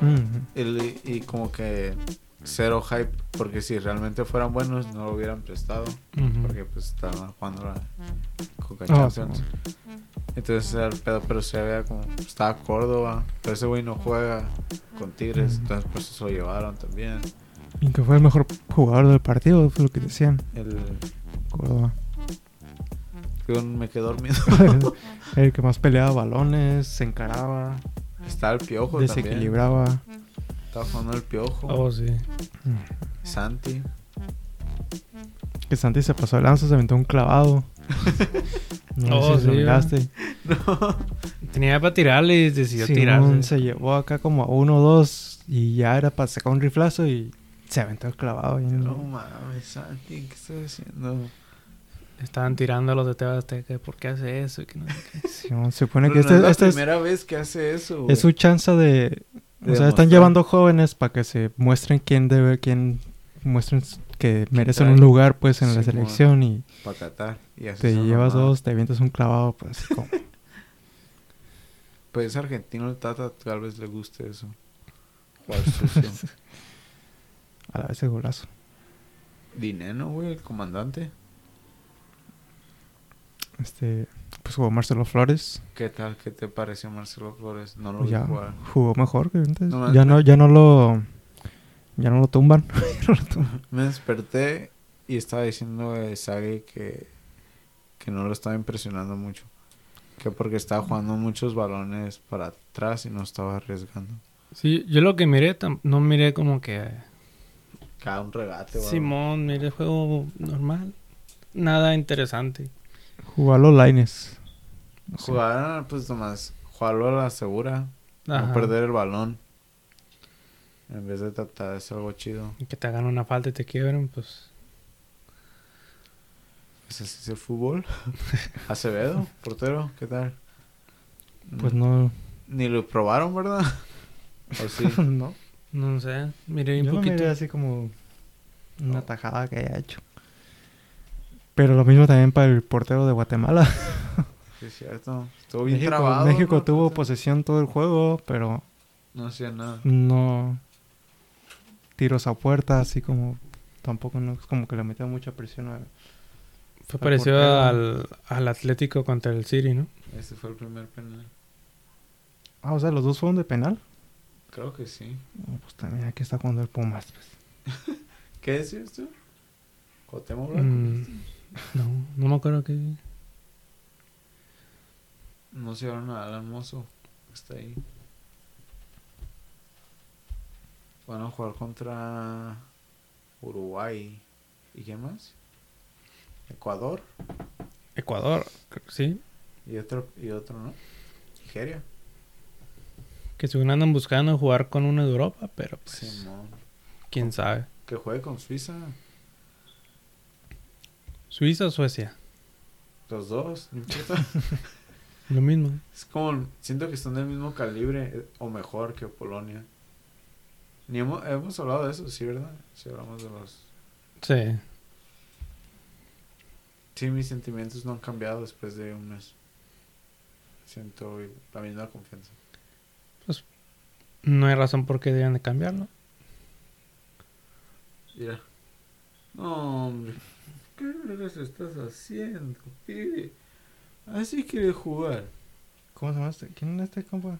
S1: Mm,
S2: el- y como que cero hype, porque si realmente fueran buenos, no lo hubieran prestado.
S3: Ujú.
S2: Porque pues estaban jugando la Coca
S1: Ah,
S2: Champions.
S1: sí.
S2: Entonces era el pedo, pero se había como. Estaba Córdoba, pero ese güey no juega con Tigres,
S1: Ujú.
S2: entonces pues se lo llevaron también.
S1: Y que fue el mejor jugador del partido, fue lo que decían.
S2: El.
S1: Córdoba.
S2: Yo me quedé dormido.
S1: el que más peleaba balones, se encaraba,
S2: Estaba el piojo también.
S1: desequilibraba.
S2: Estaba jugando el
S1: Ah,
S2: piojo.
S3: Oh, sí.
S2: Santi.
S1: Que Santi se pasó de lanza, se aventó un clavado. No
S3: Oh,
S1: sé si lo
S3: sí,
S1: miraste.
S3: Tenía para tirarle y decidió
S1: Simón
S3: tirar.
S1: se llevó acá como a uno o dos y ya era para sacar un riflazo y se aventó el clavado. Y
S2: No
S1: no.
S2: mames, Santi, ¿qué estás haciendo?
S3: Estaban tirando a los de Tebas Azteca. ¿Por qué hace eso? Y que no sé qué.
S1: Simón, se supone
S2: Pero
S1: que
S2: no es
S1: este,
S2: la
S1: este es,
S2: primera vez que hace eso. güey.
S1: es su chance de... O
S2: De
S1: sea, están
S2: demostrar.
S1: llevando jóvenes para que se muestren quién debe, quién muestren que merecen un
S2: trae.
S1: lugar pues en la
S2: Simón.
S1: selección y
S2: Para Qatar. Y hace
S1: te
S2: esa
S1: llevas
S2: mamada.
S1: dos, te avientas un clavado pues así como...
S2: Pues argentino el Tata, tal vez le guste eso. Jugar sucio.
S1: A la vez el golazo.
S2: Dineno, güey, el comandante.
S1: Este, pues jugó Marcelo Flores.
S2: ¿Qué tal? ¿Qué te pareció Marcelo Flores? No lo
S1: Pues
S2: vi
S1: ya
S2: jugar.
S1: jugó mejor que antes.
S2: No,
S1: ya
S2: man.
S1: no, ya no lo. Ya no lo tumban. Ya no lo tumban.
S2: Me desperté y estaba diciendo de Sage que, que no lo estaba impresionando mucho. Que porque estaba jugando muchos balones para atrás y no estaba arriesgando.
S3: Sí, yo lo que miré, tam- no miré como que.
S2: Cada un regate, güey.
S3: Simón, miré el juego normal. Nada interesante.
S1: Jugó a los Lines.
S2: Jugar, pues nomás, jugarlo a la segura.
S3: Ajá.
S2: No perder el balón. En vez de tratar de hacer algo chido.
S3: Y Que te hagan una falta y te quiebren, pues.
S2: Pues así es el fútbol. Acevedo, portero, ¿qué tal?
S1: Pues no.
S2: Ni lo probaron, ¿verdad? O sí.
S1: no.
S3: No sé. Miré
S1: Yo
S3: un
S1: lo
S3: poquito.
S1: miré así como una tajada que haya hecho. Pero lo mismo también para el portero de Guatemala.
S2: Sí, es cierto. Estuvo bien
S1: México,
S2: trabado.
S1: México
S2: ¿no?
S1: tuvo posesión todo el juego, pero
S2: No hacía nada.
S1: no tiros a puerta, así como tampoco no es como que le metió mucha presión a
S3: Fue
S1: al
S3: parecido
S1: portero.
S3: al, al Atlético contra el City, ¿no?
S2: Ese fue el primer penal.
S1: Ah, o sea, los dos fueron de penal.
S2: Creo que sí.
S1: No, pues también aquí está jugando el Pumas. pues.
S2: ¿Qué decías tú? ¿Cotemo Blanco?
S3: Mm, no, no me acuerdo qué.
S2: No se llevaron a Alan Mozo. que Está ahí. Van a jugar contra Uruguay. ¿Y qué más? Ecuador.
S3: Ecuador, creo que sí.
S2: Y otro, y otro ¿no? Nigeria.
S3: Que según andan buscando jugar con uno de Europa, pero pues.
S2: Simón.
S3: Quién sabe.
S2: Que juegue con Suiza.
S3: Suiza o Suecia.
S2: Los dos. No importa.
S3: Lo mismo.
S2: Es como, siento que están del mismo calibre eh, o mejor que Polonia. Ni hemos, hemos hablado de eso, sí, ¿verdad? Si hablamos de los...
S3: Sí.
S2: Sí, mis sentimientos no han cambiado después de un mes. Siento la misma confianza.
S3: No hay razón por qué debían de cambiarlo.
S2: Mira. No, hombre. ¿Qué vergas estás haciendo, pibe? Así quiere jugar.
S1: ¿Cómo se llama este? ¿Quién es este compa?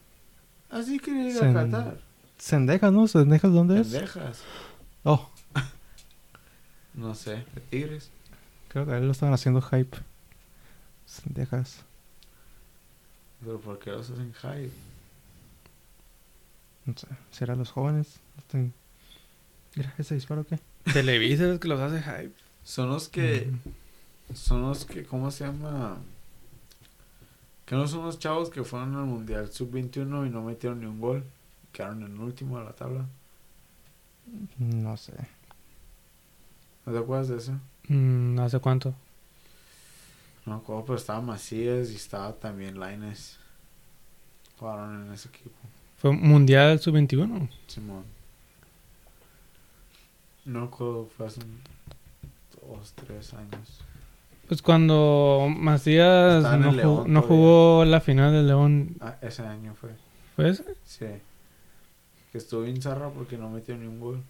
S2: Así quiere ir
S1: Sen-
S2: a Qatar.
S1: Sendejas, ¿no? ¿Sendejas dónde es?
S2: Pendejas.
S1: Oh,
S2: No sé, de Tigres.
S1: creo que a él lo estaban haciendo hype. Sendejas.
S2: Pero ¿por qué los hacen hype?
S1: No sé. ¿Será los jóvenes? No estoy- Mira, ese disparo qué.
S3: Televisa es que los hace hype.
S2: Son los que. Son los que. ¿Cómo se llama? Que no son los chavos que fueron al Mundial Sub-21 y no metieron ni un gol. Quedaron en último de la tabla.
S1: Mm, No sé.
S2: ¿No te acuerdas de eso?
S3: Mm, ¿Hace cuánto?
S2: No me acuerdo, pero estaba Macías y estaba también Laines. Jugaron en ese equipo.
S3: ¿Fue Mundial Sub-21?
S2: Simón. No me acuerdo, fue hace un- dos, tres años.
S3: Pues cuando Macías
S2: Estaba en
S3: no,
S2: el León
S3: jugó, no
S2: todavía.
S3: jugó la final del León, pues,
S2: Ah, ese año fue.
S3: ¿fue ese?
S2: Sí. Que estuvo bien zarra porque no metió ni un gol.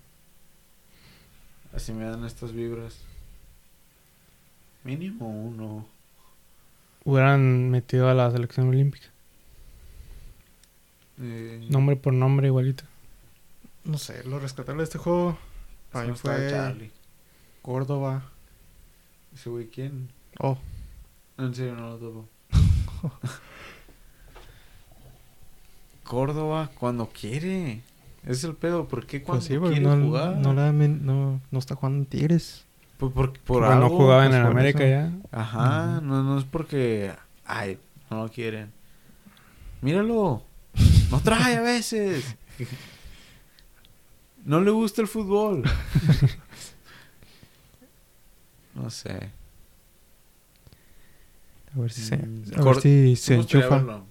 S2: Así me dan estas vibras. Mínimo uno.
S3: Hubieran metido a la selección olímpica.
S2: Eh,
S3: Nombre por nombre, igualito.
S1: No sé, lo rescatable de este juego para
S2: se
S1: mí
S2: me estaba
S1: fue
S2: Charlie.
S1: Córdoba.
S2: Ese güey, ¿quién?
S1: Oh,
S2: No, en serio, no lo topo. Córdoba, cuando quiere. Es el pedo. ¿Por qué cuando
S1: pues sí, porque
S2: quiere
S1: no,
S2: jugar?
S1: no, la men- no, no está jugando en Tigres.
S2: Por, por, por
S3: Porque no
S2: algo.
S3: jugaba en
S1: pues,
S3: el
S1: por
S3: América
S1: eso.
S3: ya.
S2: Ajá, no, no es porque. Ay, no lo quieren. Míralo. No trae a veces. No le gusta el fútbol. No sé.
S1: A ver si se,
S2: Mm,
S1: a ver
S2: Cor-
S1: si
S2: Sí
S1: se
S2: me gustaría
S1: enchufa.
S2: verlo.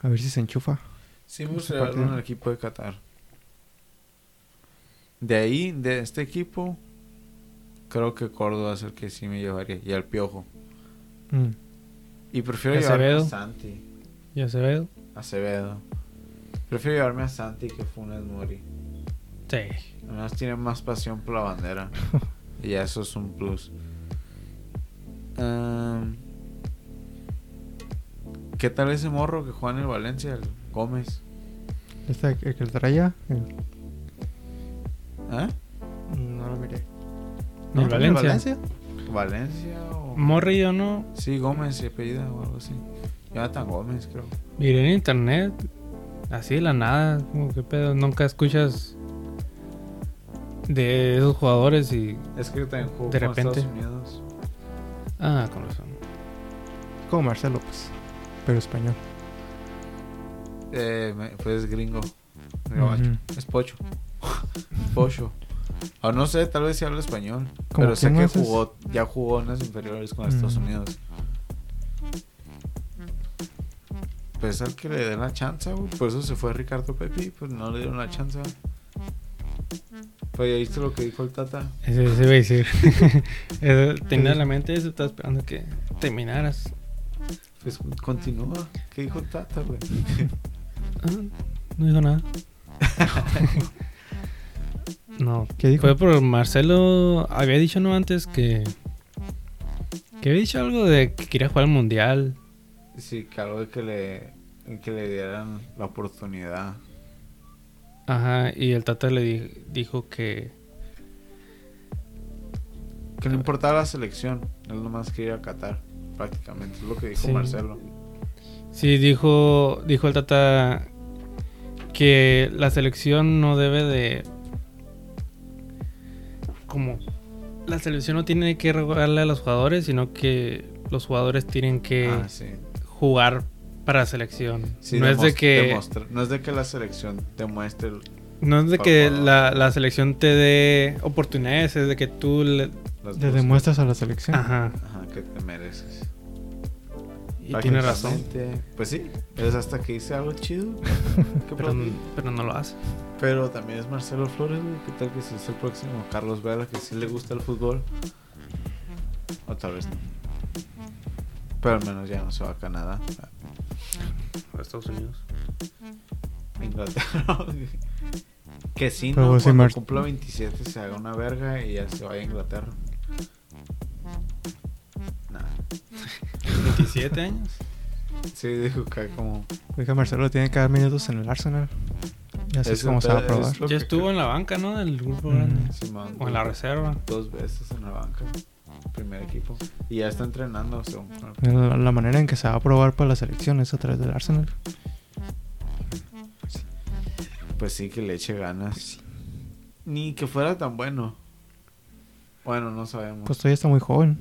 S1: A ver si se enchufa.
S2: Sí me gustaría verlo en el equipo de Qatar. De ahí, de este equipo, creo que Córdoba es el que sí me llevaría. Y al Piojo.
S1: Mm.
S2: Y prefiero llevarme a
S3: Acevedo.
S2: Santi.
S3: Ya se ve.
S2: Acevedo. Prefiero llevarme a Santi que Funes Mori.
S3: Sí.
S2: Además tiene más pasión por la bandera. y eso es un plus. Am, ¿Qué tal ese morro que juega en el Valencia? El Gómez.
S1: Este, el que le traía, el-
S2: ¿Ah?
S1: no lo miré.
S3: ¿Y el Valencia?
S2: ¿Valencia o...?
S3: Morri o no,
S2: Sí, Gómez se apellida o algo así. Jonathan Gómez, creo.
S3: miré en internet. Así de la nada. Como que pedo. Nunca escuchas de esos jugadores y.
S2: Es que también jugó
S3: De
S2: con
S3: repente.
S2: Estados Unidos.
S3: Ah, con razón.
S1: Como Marcelo, pues. Pero español.
S2: Eh, me- pues es gringo.
S1: Ujú.
S2: Es pocho. Pocho. O no sé, tal vez si habla español.
S1: ¿Cómo
S2: Pero sé
S1: quién
S2: que
S1: más es?
S2: jugó, ya jugó en las inferiores con
S1: Mm.
S2: Estados Unidos. Pues al que le den la chance, güey. Por eso se fue Ricardo Pepi, pues no le dieron la chance. Pues ya viste lo que dijo el Tata.
S3: Ese, ese iba a decir. Eso, tenía en la mente eso. Estaba esperando que terminaras.
S2: Pues continúa. ¿Qué dijo el Tata, güey?
S3: Ah, no dijo nada. no.
S1: ¿Qué dijo?
S3: Fue por Marcelo. Había dicho no antes que. Que había dicho algo de que quería jugar al mundial.
S2: Sí, que algo de que le, que le dieran la oportunidad.
S3: Ajá, y el Tata le di- dijo que.
S2: Que no importaba la selección. Él nomás quería ir a Qatar, prácticamente. Es lo que dijo
S3: Sí.
S2: Marcelo.
S3: Sí, dijo, dijo el Tata que la selección no debe de. Como. La selección no tiene que rogarle a los jugadores, sino que los jugadores tienen que
S2: Ah, sí.
S3: jugar para selección.
S2: Sí,
S3: Eh, no, es de
S2: demos-
S3: que,
S2: demostra- no es de que la selección te muestre. el-
S3: no es de
S2: por
S3: que
S2: favor.
S3: la, la selección te dé oportunidades, es de que tú
S2: las
S3: le.
S1: Le
S2: cosas.
S1: demuestras a la selección.
S3: Ajá,
S2: Ajá, que te mereces.
S3: y tiene razón.
S2: Prácticamente, Pues sí, es hasta que hice algo chido. ¿Qué
S3: Pero,
S2: problema?
S3: pero no lo hace.
S2: Pero también es Marcelo Flores, güey. ¿Qué tal que si es el próximo? Carlos Vela, que sí le gusta el fútbol. O tal vez no. Pero al menos ya no se va a Canadá.
S3: Estados Unidos.
S2: a Inglaterra. güey. que sí,
S1: Pero
S2: no,
S1: vos sí,
S2: cuando
S1: Mar-
S2: cumpla 27 se haga una verga y ya se vaya a Inglaterra. Nah.
S3: 27 años.
S2: Sí, dijo que como...
S1: Oiga, Marcelo tiene que dar minutos en el Arsenal. Y así es
S2: Ese
S1: como se va a
S2: es-
S1: probar.
S2: Lo
S3: Ya
S2: que
S3: estuvo
S2: creo.
S3: en la banca, ¿no? Del grupo
S1: Ujú.
S3: grande.
S2: Simón,
S3: O en la reserva.
S2: Dos veces en la banca. Primer equipo. Y ya está entrenando, según. con el-
S1: La, la manera en que se va a probar para la selección es a través del Arsenal.
S2: Pues sí, que le eche ganas. Ni que fuera tan bueno. Bueno, no sabemos.
S1: Pues todavía está muy joven.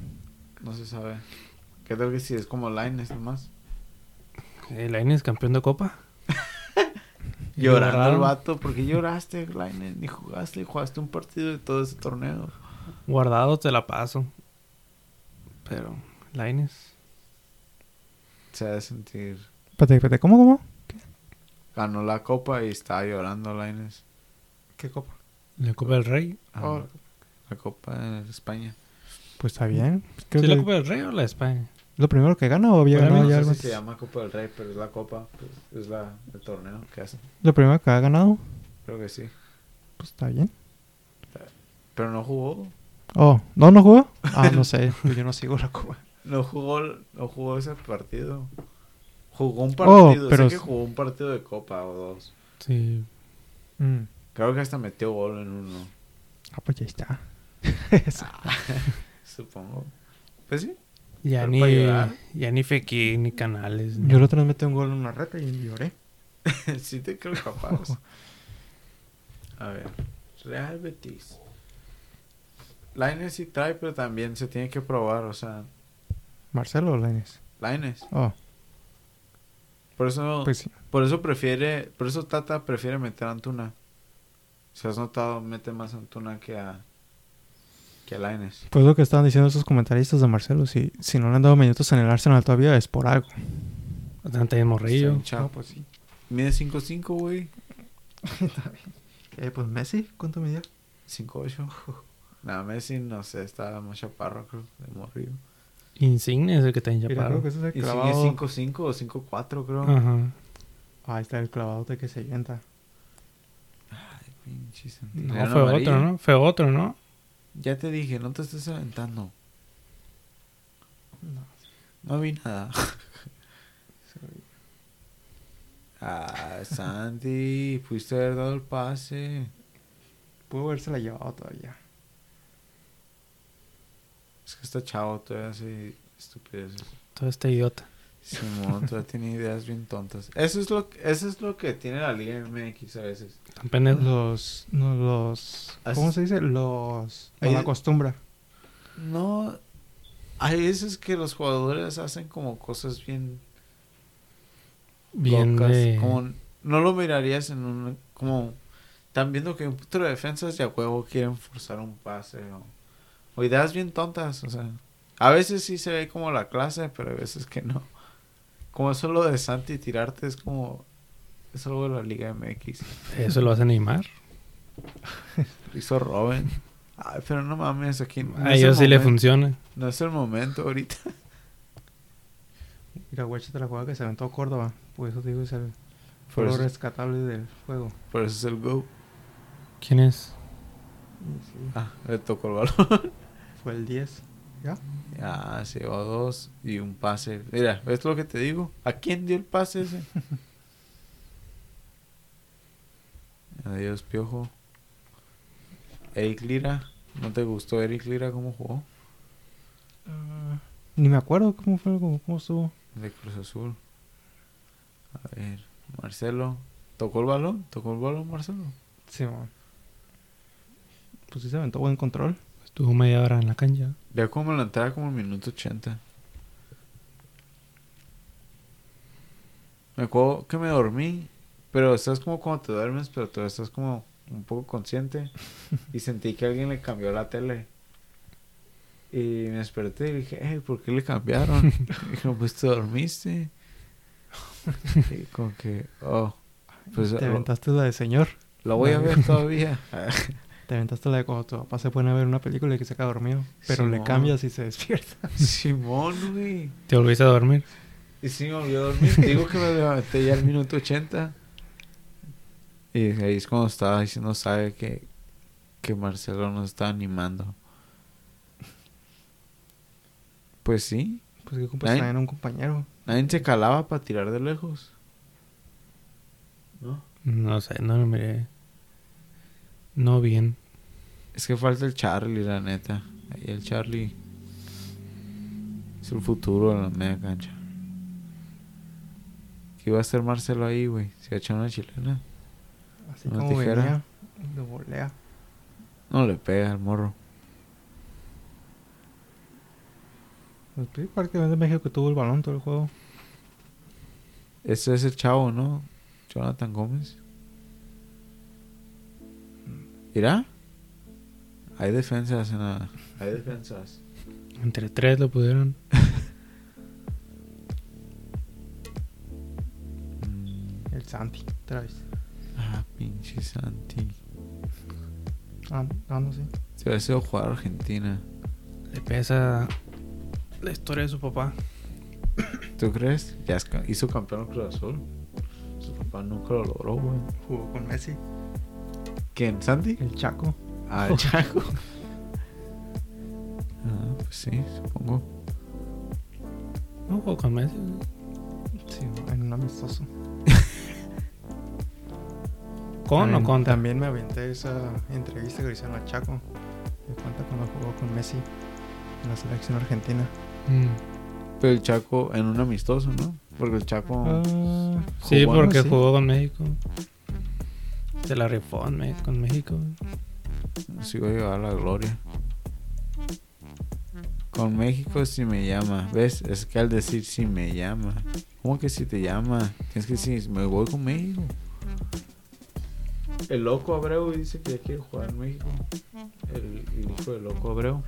S2: No se sabe. ¿Qué tal que si es como Lines nomás?
S3: El Aine es Eh, campeón de copa.
S2: Llorando
S3: Lloraron.
S2: el vato. ¿Por qué lloraste, Lines? Ni jugaste. Jugaste un partido de todo ese torneo.
S3: Guardado te la paso. Pero, Laines.
S2: Se ha de sentir.
S1: Espérate, espérate, ¿cómo, cómo?
S2: Ganó la copa y estaba llorando Lines.
S1: ¿Qué copa?
S3: La Copa del Rey.
S1: Ah.
S2: Oh. La copa de España.
S1: Pues está bien. Creo
S3: ¿Sí
S1: que
S3: la Copa del Rey o la de España?
S1: ¿Lo primero que gana o había
S3: Para mí
S1: ganado
S2: no
S1: Ah, ya
S2: sé
S1: algo?
S2: si se llama Copa del Rey, pero es la copa. pues, es la, el torneo que hacen.
S1: ¿Lo primero que ha ganado?
S2: Creo que sí.
S1: Pues está bien.
S2: Pero no jugó.
S1: Oh, ¿no, no jugó? Ah, no sé. pues Yo no sigo la copa.
S2: No jugó, no jugó ese partido. Jugó un
S1: Oh,
S2: partido.
S1: pero-
S2: Sé que jugó un partido de copa o dos.
S3: Sí.
S1: Mm.
S2: Creo que hasta metió gol en uno.
S1: Ah, pues ya está. Eso.
S2: Supongo. Pues sí.
S3: Ya
S2: Pero
S3: ni,
S2: para llorar.
S3: ya ni Fekir, ni Canales. ni-
S1: Yo la otra vez metí un gol en una reta y lloré.
S2: sí te creo capaz. A ver. Real Betis. Laines sí trae, pero también se tiene que probar. O sea,
S1: ¿Marcelo o Lainez?
S2: Laines.
S1: Oh,
S2: Por eso,
S1: pues sí.
S2: por eso prefiere, por eso Tata prefiere meter a Antuna. Si has notado, mete más a Antuna que a, que a Laines.
S1: Pues lo que estaban diciendo esos comentaristas de Marcelo, si, si no le han dado minutos en el Arsenal todavía es por algo.
S3: Bastante bien morrillo.
S1: No, pues sí.
S2: Mide 5'5", güey.
S1: Eh, pues Messi, ¿cuánto midió?
S2: 5'8". Nada, Messi, no sé, estaba más chaparro, creo, de morrillo.
S3: Insigne es el que está en
S1: Mira, creo que ese es el
S2: Y sigue
S1: clavado.
S2: 5'5 o 5'4", creo.
S3: Ajá.
S1: Ah, ahí está el clavado de que se yenta.
S2: Ay, pinches.
S3: No,
S2: Era
S3: fue
S2: amarillo.
S3: otro, ¿no? Fue otro, ¿no?
S2: Ya te dije, no te estés aventando. No vi nada. ah, Sandy, pudiste haber dado el pase.
S1: Pudo haberse la llevado todavía.
S2: Es que está chavo todavía hace estupideces.
S3: Todo este idiota.
S2: Simón todavía tiene ideas bien tontas. Eso es lo que, eso es lo que tiene la Liga MX a veces.
S3: Tan pendejo.
S1: Los. No, los. ¿Cómo
S2: Así-
S1: se dice? Los.
S2: Ahí-
S1: Con la costumbre.
S2: No, hay veces que los jugadores hacen como cosas bien
S3: Bien
S2: locas,
S3: de...
S2: como- no lo mirarías en un como están viendo que hay un puto de defensas y a huevo quieren forzar un pase o, o ideas bien tontas, o sea, a veces sí se ve como la clase, pero a veces que no. Como eso lo de Santi tirarte es como es algo de la Liga MX.
S3: Eso lo hace Neymar.
S2: Lo hizo Robin. Ay, pero no mames, aquí no,
S3: A
S2: es el
S3: ellos Ah, sí le
S2: momento-
S3: funciona.
S2: no es el momento ahorita.
S1: Y la huecha de la jugada que se aventó Córdoba. Pues eso te digo, es el.
S2: Por
S1: Fue
S2: eso,
S1: rescatable del juego.
S2: por eso es el go.
S3: ¿Quién es?
S2: Ah, le tocó el balón.
S1: Fue el 10.
S2: Ah, se llevó dos y un pase. Mira, ¿ves lo que te digo? ¿A quién dio el pase ese? Adiós, Piojo. Eric Lira. ¿No te gustó Eric Lira cómo jugó? Ah.
S1: Ni me acuerdo cómo fue, cómo, cómo estuvo.
S2: De Cruz Azul. A ver, Marcelo. ¿Tocó el balón? ¿Tocó el balón, Marcelo?
S1: Sí, man. Pues sí se aventó buen control.
S3: Estuvo media hora en la cancha.
S2: Ya como la entrada como el minuto 80. Me acuerdo que me dormí, pero estás como cuando te duermes, pero todavía estás como un poco consciente. Y sentí que alguien le cambió la tele. Y me desperté y dije, hey, ¿por qué le cambiaron? Y dijeron, pues te dormiste. Y como que, oh, pues
S1: te
S2: lo,
S1: aventaste la de señor.
S2: lo voy a
S1: No.
S2: ver todavía.
S1: Te aventaste la de cuando tu papá se pone a ver una película y que se queda dormido. Pero le
S2: Simón.
S1: cambias y se despierta.
S2: Simón, güey.
S3: ¿Te volviste a dormir?
S2: Y sí me volvió a dormir. Te Digo que me levanté ya al minuto 80. Y ahí es cuando estaba diciendo, sabe que, que Marcelo nos está animando. Pues sí,
S1: Pues que compas
S2: Ay.
S1: también a un compañero.
S2: nadie se calaba para tirar de lejos. ¿No?
S3: No sé, no lo miré. No bien.
S2: Es que falta el Charlie, la neta. Ahí el Charlie es el futuro de la media cancha. ¿Qué iba a hacer Marcelo ahí, güey? ¿Se ha echado una chilena?
S1: Así
S2: Una
S1: como
S2: tijera.
S1: venía. De volea.
S2: No le pega el morro.
S1: Pues, sí, prácticamente México tuvo el balón todo el juego.
S2: Ese es el chavo, ¿no? Jonathan Gómez. ¿Irá? Hay defensas en la... Hay defensas.
S3: Entre tres lo pudieron.
S1: El Santi, otra vez.
S2: Ah, pinche Santi.
S1: Ah, ah, no sé.
S2: Se hubiera sido jugar a Argentina.
S3: Le pesa la historia de su papá.
S2: ¿Tú crees? Ya es ca- hizo campeón Cruz Azul. Su papá nunca lo logró, güey.
S1: Jugó con Messi.
S2: ¿Quién? ¿Santi?
S1: El Chaco.
S2: Ah, el Chaco. ah, pues sí, supongo.
S3: No jugó con Messi. ¿no?
S1: Sí, en un amistoso.
S3: ¿Con o
S1: También-
S3: contra?
S1: También me aventé esa entrevista que le hicieron a Chaco. Me cuenta cuando jugó con Messi en la selección argentina.
S3: Mm.
S2: Pero el Chaco en un amistoso, ¿no? Porque el Chaco.
S1: Ah.
S2: Ah.
S3: Sí,
S2: Jugó, ¿no?
S3: porque
S1: Sí.
S3: jugó con México. Se la rifó en Me- con México.
S2: Sí voy a llegar a la gloria. Con México si me llama. ¿Ves? Es que al decir si me llama. ¿Cómo que si te llama? Tienes que decir, me voy con México. El loco Abreu dice que ya quiere jugar en México. El, el hijo del loco Abreu.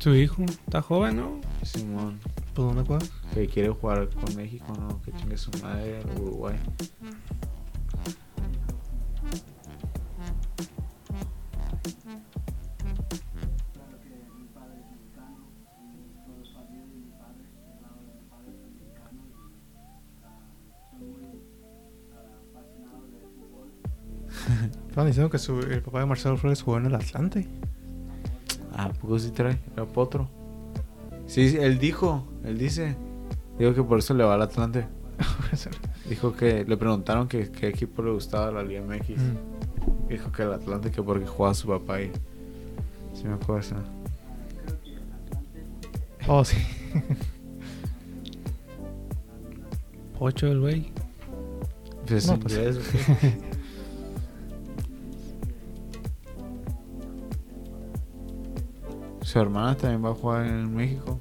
S3: Su hijo está joven, ¿no?
S2: Simón.
S1: ¿Por dónde juega?
S2: Que quiere jugar con México, no. Que chingue su madre el Uruguay.
S1: Estaban diciendo que su- el papá de Marcelo Flores jugó en el Atlante.
S2: Ah, poco sí trae, era potro. Sí, sí, él dijo, él dice. Digo que por eso le va al Atlante. Dijo que le preguntaron que qué equipo le gustaba la Liga MX.
S1: Mm.
S2: Dijo que el Atlante que porque jugaba su papá ahí. Sí me acuerdo esa.
S1: Oh, sí.
S3: Ocho el güey.
S2: Pues
S1: No,
S2: en
S1: pues.
S2: inglés, güey. Su hermana también va a jugar en México.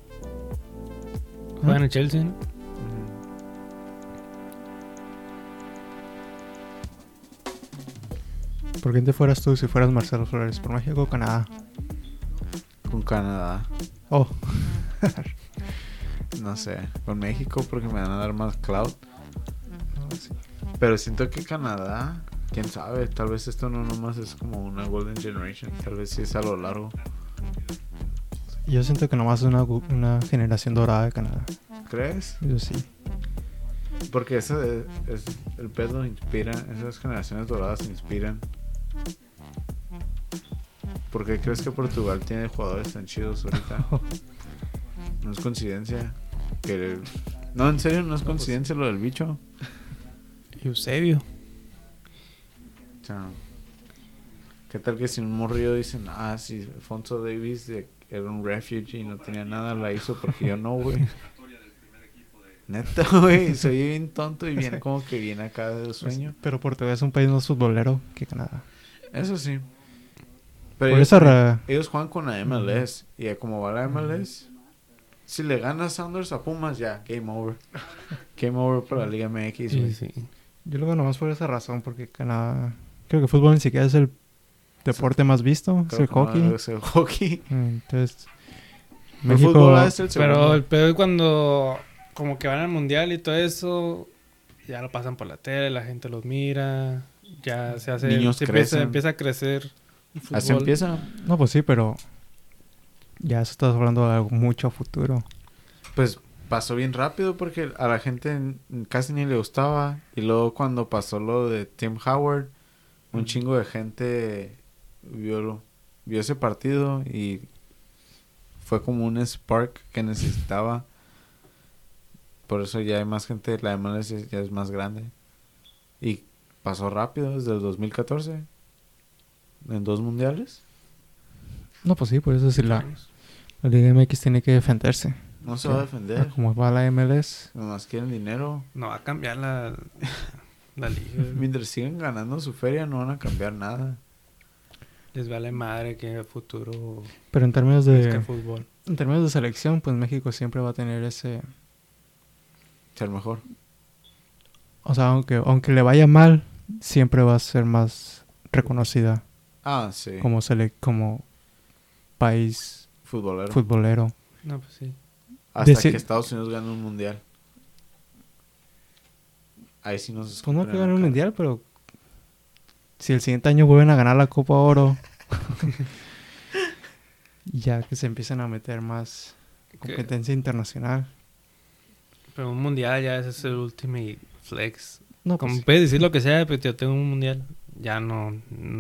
S3: Juega en el Chelsea, ¿no?
S2: Mm.
S1: ¿Por qué te fueras tú si fueras Marcelo Flores? ¿Por México o Canadá?
S2: Con Canadá.
S1: Oh,
S2: No sé. Con México porque me van a dar más cloud.
S1: no, sí.
S2: Pero siento que Canadá, quién sabe, tal vez esto no nomás es como una Golden Generation, tal vez sí es a lo largo.
S1: Yo siento que nomás es una, gu- una generación dorada de Canadá.
S2: ¿Crees?
S1: Yo sí.
S2: Porque eso es, es- el pez nos inspira, esas generaciones doradas se inspiran. ¿Por qué crees que Portugal tiene jugadores tan chidos ahorita? No es coincidencia. Que el- No, en serio, no es coincidencia lo del bicho.
S3: Eusebio.
S2: O sea, ¿qué tal que si un morrillo dicen, ah, si Alfonso Davis de- era un refugee y no tenía nada, la hizo porque yo no, güey? Neta, güey, soy bien tonto y bien como que viene acá de sueño.
S1: Pero Portugal es un país más futbolero que Canadá.
S2: Eso sí.
S1: Por
S2: ellos,
S1: esa ra-
S2: ellos juegan con la MLS y como va la MLS, si le gana Sanders a Pumas, ya, game over. Game over para la Liga MX,
S3: Sí,
S2: güey.
S3: sí.
S1: Yo lo veo nomás por esa razón, porque Canadá. Creo que el fútbol ni siquiera es el deporte más visto, es
S2: Creo
S1: el
S2: que no,
S1: hockey. Mm,
S2: es el hockey.
S1: Entonces,
S2: El
S1: México.
S2: fútbol es el
S3: Pero
S2: segundo.
S3: el pedo es cuando como que van al mundial y todo eso, ya lo pasan por la tele, la gente los mira, ya se hace,
S2: Niños
S3: se empieza,
S2: crecen.
S3: empieza a crecer. el
S2: Así
S3: fútbol.
S2: empieza.
S1: No, pues sí, pero. Ya eso estás hablando de algo mucho a futuro.
S2: Pues pasó bien rápido porque a la gente n- casi ni le gustaba. Y luego cuando pasó lo de Tim Howard, un chingo de gente vio, lo- vio ese partido y fue como un spark que necesitaba. Por eso ya hay más gente, la MLS ya- ya es más grande. Y pasó rápido desde el 2014. En dos mundiales.
S1: No, pues sí, por eso sí la, la Liga MX tiene que defenderse.
S2: No se va a defender.
S1: Como va la MLS.
S2: Nomás quieren dinero.
S3: No va a cambiar la, la liga.
S2: Mientras sigan ganando su feria no van a cambiar nada.
S3: Les vale madre que en el futuro
S1: Pero en términos
S3: es que
S1: de,
S3: fútbol.
S1: en términos de selección, pues México siempre va a tener ese...
S2: Ser mejor.
S1: O sea, aunque, aunque le vaya mal, siempre va a ser más reconocida
S2: Ah, sí.
S1: como, sele- como país
S2: Futbolero.
S1: futbolero.
S3: No, pues sí.
S2: Hasta
S1: Deci-
S2: que Estados Unidos gane un mundial. Ahí sí nos
S1: Pues no
S2: escupen
S1: que
S2: en la
S1: ganar un
S2: cara.
S1: mundial, pero si el siguiente año vuelven a ganar la Copa Oro, ya que se empiezan a meter más competencia internacional.
S3: Pero un mundial ya ese es el último flex.
S1: No,
S3: Como
S1: pues,
S3: puedes decir lo que sea, pero yo tengo un mundial. Ya no.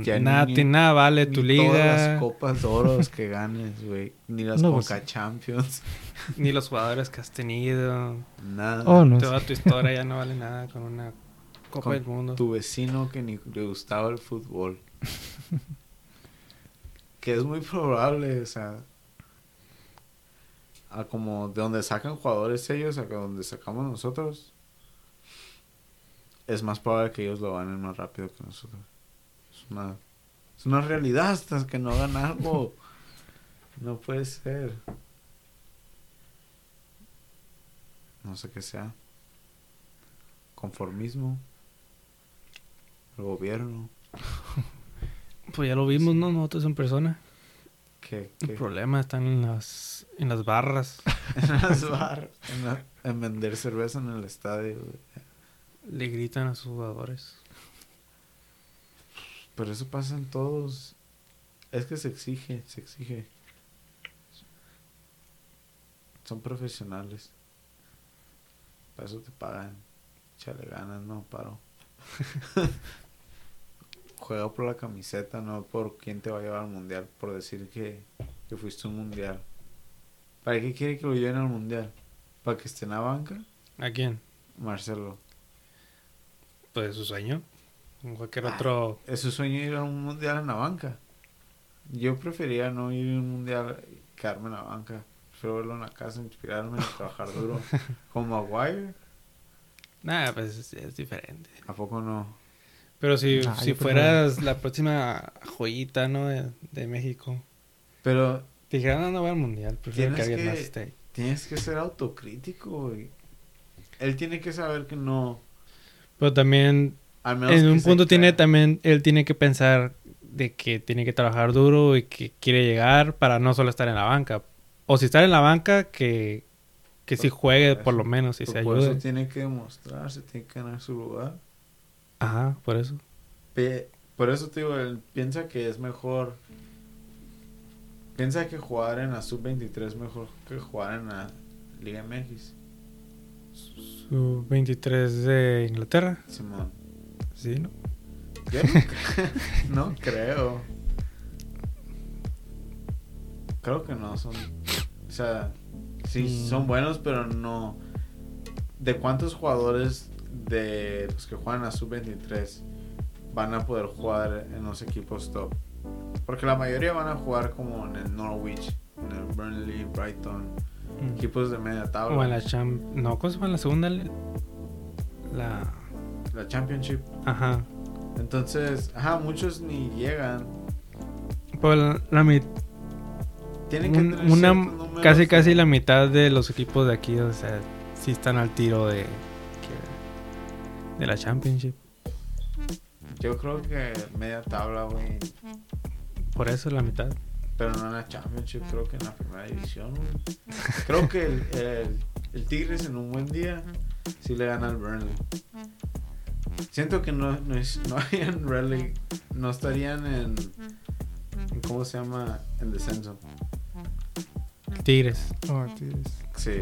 S2: Ya
S3: nada,
S2: ni-
S3: te- nada vale tu
S2: Ni Todas
S3: liga,
S2: las copas de oros que ganes, güey. Ni las
S1: No, pues-
S2: Coca Champions.
S3: ni los jugadores que has tenido.
S2: Nada.
S1: oh, no sé.
S3: Toda tu historia ya no vale nada con una Copa
S2: Con
S3: del Mundo.
S2: Tu vecino que ni le gustaba el fútbol. que es muy probable, o sea. A como de donde sacan jugadores ellos a que donde sacamos nosotros. Es más probable que ellos lo ganen más rápido que nosotros. Es una, es una realidad hasta que no hagan algo. No puede ser. No sé qué sea. Conformismo. El gobierno.
S3: Pues ya lo vimos, ¿no? Nosotros en persona.
S2: Que,
S3: El problema están en las, en las barras.
S2: en las bar, en, la- en vender cerveza en el estadio. güey.
S3: Le gritan a sus jugadores.
S2: Pero eso pasa en todos. Es que se exige, se exige. Son profesionales. Para eso te pagan. Chale ganas, no, paro. Juega por la camiseta, no por quién te va a llevar al mundial. Por decir que, que fuiste a un mundial. ¿Para qué quiere que lo lleven al mundial? ¿Para que esté en la banca?
S3: ¿A quién?
S2: Marcelo.
S3: Pues su sueño. Como cualquier
S2: Ah.
S3: otro.
S2: Es su sueño ir a un mundial en la banca. Yo prefería no ir a un mundial y quedarme en la banca. Prefiero verlo en la casa, inspirarme, trabajar duro. Como Maguire.
S3: Nada, pues es, es diferente.
S2: ¿A poco no?
S3: Pero si,
S1: Ah,
S3: si
S1: yo creo que-
S3: fueras la próxima joyita, ¿no? De, de México.
S2: Pero
S3: Te dijeran, "Ah, no, no va al mundial. Prefiero que
S2: Tienes
S3: alguien
S2: que-
S3: más esté. ahí".
S2: tienes que ser autocrítico, güey. Él tiene que saber que no.
S3: Pero también,
S2: Al menos
S3: en
S2: que
S3: un
S2: se
S3: punto, tiene
S2: crea.
S3: también. Él tiene que pensar de que tiene que trabajar duro y que quiere llegar para no solo estar en la banca. O si estar en la banca, que, que sí
S2: Por-
S3: juegue
S2: por
S3: por lo menos y
S2: Por
S3: se
S2: eso
S3: ayude.
S2: tiene que demostrarse, tiene que ganar su lugar.
S3: Ajá, por eso.
S2: Pe- Por eso te digo, él piensa que es mejor. Piensa que jugar en la sub-23 es mejor que jugar en la Liga MX.
S3: Su 23 de Inglaterra.
S2: Simón.
S3: Sí, ¿no?
S2: Yo no, cre- no creo. Creo que no son. O sea, sí,
S3: Mm.
S2: son buenos, pero no. ¿De cuántos jugadores de los que juegan a sub-23 van a poder jugar en los equipos top? Porque la mayoría van a jugar como en el Norwich, en el Burnley, Brighton, equipos de media tabla.
S3: O en la Champ... No, ¿cómo se llama la segunda? li- La...
S2: la Championship.
S3: Ajá.
S2: Entonces, ajá, muchos ni llegan.
S3: Pues la, la mi-
S2: Tienen que
S3: un-
S2: tener
S3: una...
S2: ciertos números
S3: Casi,
S2: de-
S3: casi la mitad de los equipos de aquí, o sea, sí están al tiro de... que- De la Championship.
S2: Yo creo que media tabla, güey.
S3: Por eso la mitad.
S2: Pero no en la Championship, creo que en la primera división, güey. Creo que el, el, el Tigres en un buen día sí le gana al Burnley. Siento que no, no, es- no harían rally, no estarían en, en. ¿Cómo se llama? En descenso.
S3: Tigres.
S1: Oh,
S2: Sí,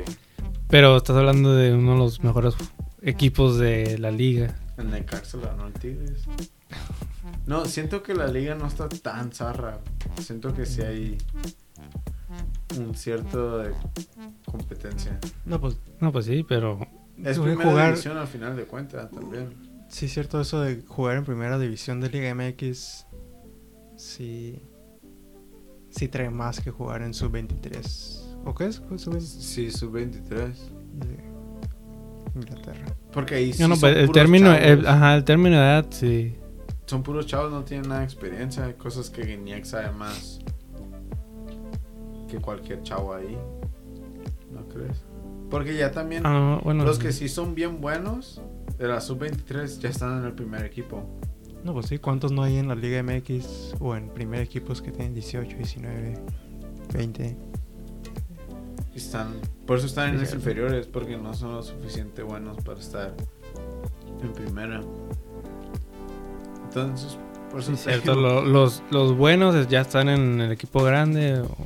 S3: Pero estás hablando de uno de los mejores equipos de la liga.
S2: en Necaxa le ganó el Tigres. No, siento que la liga no está tan zarra. Siento que sí hay un cierto de competencia.
S1: No, pues
S3: No, pues sí, pero...
S2: Es
S1: voy a
S2: primera
S1: jugar-
S2: división al final de cuentas también.
S1: sí es cierto eso de jugar en primera división de Liga MX. Sí. Sí trae más que jugar en sub-23. ¿O qué es? Sub-23
S2: Sí, sub-23.
S1: de Inglaterra.
S2: Porque ahí sí
S3: No, no,
S2: son
S3: pues, el
S2: puros
S3: término...
S2: chavos.
S3: el- ajá, el término de edad, sí.
S2: son puros chavos, no tienen nada de experiencia. Hay cosas que Guiñac sabe más que cualquier chavo ahí. ¿No crees? Porque ya también
S3: Ah, no, bueno.
S2: los que sí son bien buenos de la sub-23 ya están en el primer equipo.
S1: No, pues sí, ¿cuántos no hay en la Liga MX o en primer equipos que tienen 18, 19, 20?
S2: Están, por eso están en
S1: Sí,
S2: las
S1: cierto.
S2: inferiores, porque no son lo suficiente buenos para estar en primera. Entonces, por eso
S3: Sí,
S2: te
S3: cierto,
S2: digo,
S3: lo- los, los buenos es- ya están en el equipo grande o, o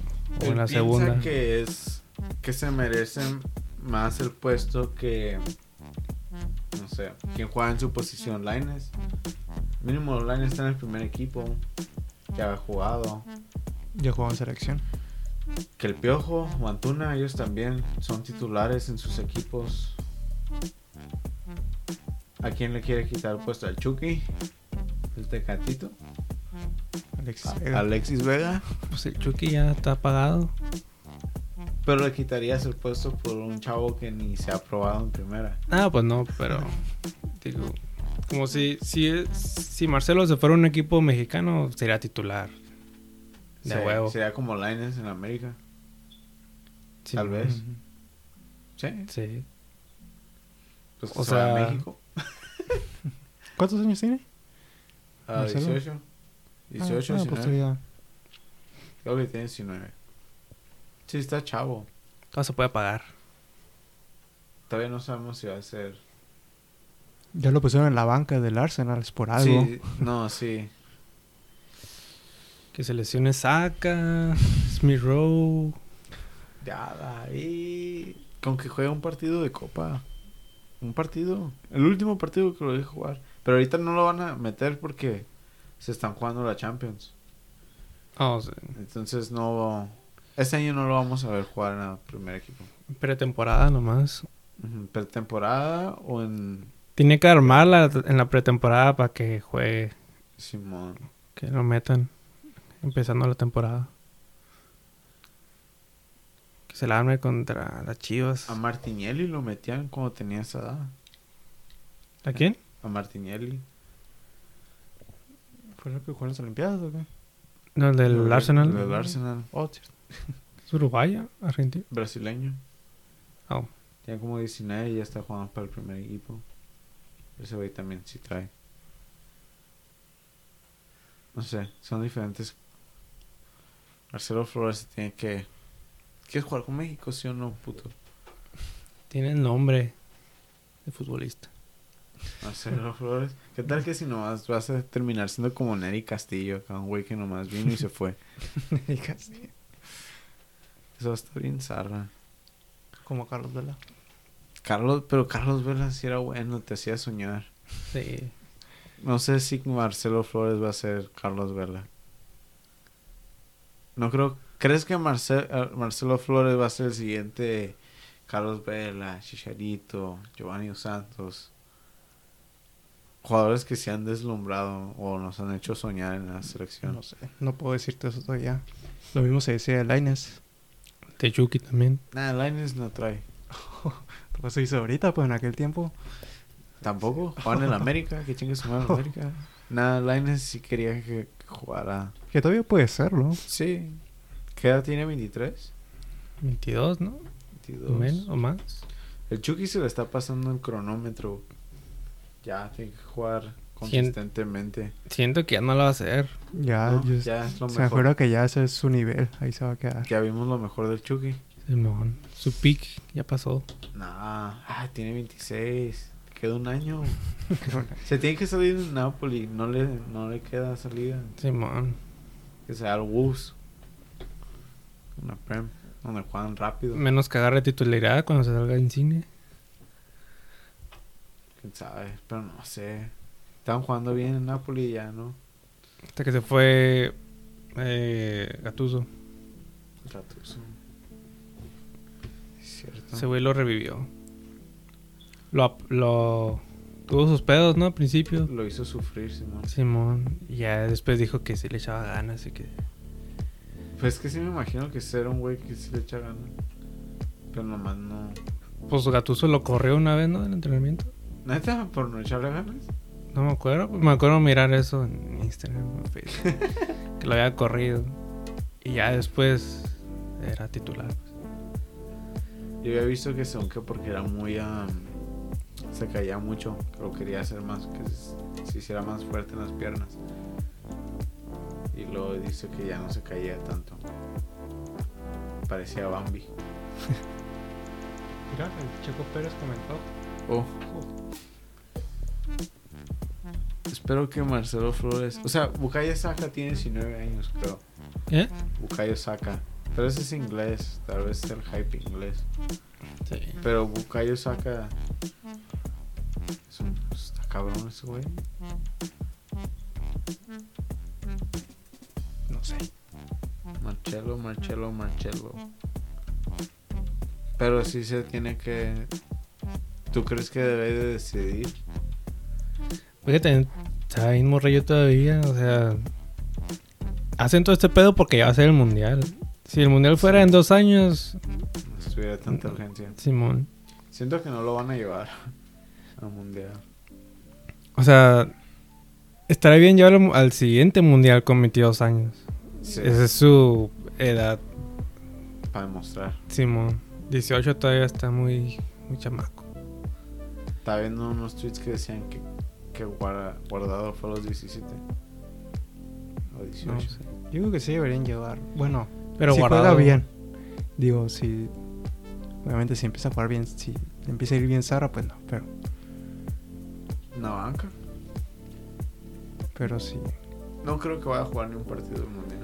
S2: él
S3: en la
S2: piensa
S3: segunda.
S2: que es que se merecen más el puesto que no sé, quien juega en su posición Lines. Mínimo Lines está en el primer equipo que ha jugado,
S1: Ya jugaba en selección.
S2: que el Piojo, Guantuna, ellos también son titulares en sus equipos. ¿A quién le quiere quitar el puesto al Chucky? El Tecatito,
S1: Alexis
S2: a-
S1: Vega.
S2: Alexis Vega,
S3: Pues el Chucky ya está pagado.
S2: pero le quitarías el puesto por un chavo que ni se ha probado en primera.
S3: Ah, pues no, pero. Digo, como si, si, es- si Marcelo se fuera a un equipo mexicano, sería titular. De
S2: Se-
S3: huevo.
S2: Sería como Lines en América.
S3: Sí.
S2: Tal vez.
S1: Ujú.
S2: Sí.
S3: Sí.
S2: Pues
S3: O
S2: o sea,
S3: sea,
S2: México.
S1: ¿Cuántos años tiene?
S2: Ah,
S1: Marcelo.
S2: 18. 18,
S1: Ah, no, pues
S2: 19.
S1: todavía-
S2: Creo que tiene 19. Sí, está chavo.
S3: Todo se puede pagar.
S2: Todavía no sabemos si va a ser.
S1: ya lo pusieron en la banca del Arsenal, es por algo.
S2: Sí, no, sí.
S3: Que se lesione Saka, Smith Rowe.
S2: Ya, David. Con que juegue un partido de copa. Un partido. El último partido que lo dejé jugar. Pero ahorita no lo van a meter porque se están jugando la Champions.
S3: Ah, o sea,
S2: Entonces no. Este año no lo vamos a ver jugar en el primer equipo.
S3: pretemporada nomás.
S2: Ujú, ¿Pretemporada o en
S3: Tiene que armarla en la pretemporada para que juegue,
S2: Simón?
S3: que lo metan empezando la temporada. Que se la arme contra las Chivas.
S2: A Martinelli lo metían cuando tenía esa edad.
S3: ¿A quién?
S2: A Martinelli.
S1: ¿Fue lo que jugó en las Olimpiadas o qué?
S3: No, el del
S2: Lo-
S3: Arsenal.
S2: Del Arsenal.
S1: Oh, cierto.
S3: ¿Es uruguaya? ¿Argentino?
S2: Brasileño.
S3: Oh.
S2: Tiene como 19 y ya está jugando para el primer equipo. Ese güey también sí trae. No sé, son diferentes. Marcelo Flores tiene que. ¿Quieres jugar con México, sí o no, puto?
S3: Tiene el nombre de futbolista.
S2: Marcelo Flores. ¿Qué tal que si nomás vas a terminar siendo como Nery Castillo, acá un güey que nomás vino y se fue?
S1: Digas,
S2: Eso está bien zarra.
S1: Como Carlos Vela.
S2: Carlos, pero Carlos Vela sí era bueno, te hacía soñar.
S3: Sí.
S2: No sé si Marcelo Flores va a ser Carlos Vela. No creo. ¿Crees que Marce- eh, Marcelo Flores va a ser el siguiente Carlos Vela, Chicharito, Giovanni Dos Santos? Jugadores que se han deslumbrado o nos han hecho soñar en la selección.
S1: No sé, no puedo decirte eso todavía. Lo mismo se decía de Laines.
S3: De Yuki también.
S2: Nah, Lines no trae.
S1: Pues se hizo ahorita, pues en aquel tiempo.
S2: Tampoco. Juan en América, que chingue su madre en América. Nah, Lines sí quería que que jugara.
S1: Que todavía puede serlo.
S2: Sí. ¿Qué edad tiene? ¿23?
S3: 22, ¿no?
S2: 22.
S3: O menos, o más.
S2: El Chucky se le está pasando el cronómetro. Ya, tiene que jugar
S3: Cien-
S2: consistentemente.
S3: Siento que ya no lo va a hacer.
S1: Ya,
S2: ¿no?
S1: yo-
S2: ya es lo
S1: se me
S2: mejor.
S1: acuerda que ya ese es su nivel. Ahí se va a quedar.
S2: Ya vimos lo mejor del Chucky.
S3: Simón. Su pick ya pasó.
S2: Nah, ah, tiene 26. Queda un año. se tiene que salir de Napoli. No le, no le queda salida.
S3: Simón.
S2: Que sea al Wolves. Una Prem. Donde juegan rápido.
S3: Menos que agarre titularidad cuando se salga en cine.
S2: Quién sabe. Pero no sé. Estaban jugando bien en Napoli y ya, ¿no?
S3: Hasta que se fue eh, Gatuso.
S2: Gattuso. Es Cierto.
S3: Ese güey lo revivió. Lo, ap- lo. Tuvo sus pedos, ¿no? Al principio.
S2: Lo hizo sufrir, Simón.
S3: Simón. Y ya después dijo que sí le echaba ganas y que.
S2: Pues es que sí me imagino que será un güey que sí le echa ganas. Pero nomás no.
S3: Pues Gatuso lo corrió una vez, ¿no? Del entrenamiento.
S2: ¿Neta? ¿Por no echarle ganas?
S3: No me acuerdo. Me acuerdo mirar eso en Instagram, en Facebook. que lo había corrido. Y ya después era titular.
S2: Yo había visto que aunque porque era muy... ah, se caía mucho, que lo quería hacer más, que se, se hiciera más fuerte en las piernas. Y luego dice que ya no se caía tanto. Parecía Bambi.
S3: Mira, el Checo Pérez comentó.
S2: Oh. Espero que Marcelo Flores... O sea, Bukayo Saka tiene 19 años, creo.
S3: ¿Eh?
S2: Bukayo Saka. Pero ese es inglés, tal vez es el hype inglés.
S3: Sí.
S2: Pero Bukayo Saka es un- pues, está cabrón ese güey.
S1: No sé.
S2: Marcelo, Marcelo, Marcelo. Pero sí se tiene que. ¿Tú crees que debe de decidir?
S3: Fíjate, está bien morrillo todavía, o sea... Hacen todo este pedo porque ya va a ser el mundial. Si el mundial fuera en dos años,
S2: No estuviera tanta urgencia.
S3: Simón.
S2: Siento que no lo van a llevar al mundial.
S3: O sea, estará bien llevarlo al siguiente mundial con 22 años.
S2: Sí,
S3: Esa es su edad,
S2: para demostrar.
S3: Simón. 18 todavía está muy, muy chamaco.
S2: Estaba viendo unos tweets que decían que, que guarda- guardado fue a los 17. O
S3: No
S2: 18.
S3: sé.
S1: Yo creo que sí deberían llevar. Bueno,
S3: Pero
S1: si
S3: guardado.
S1: juega bien. Digo, si. Obviamente, si empieza a jugar bien, si le empieza a ir bien Sara, pues no. Pero,
S2: ¿Una banca?
S1: pero sí.
S2: No creo que vaya a jugar ni un partido del mundial.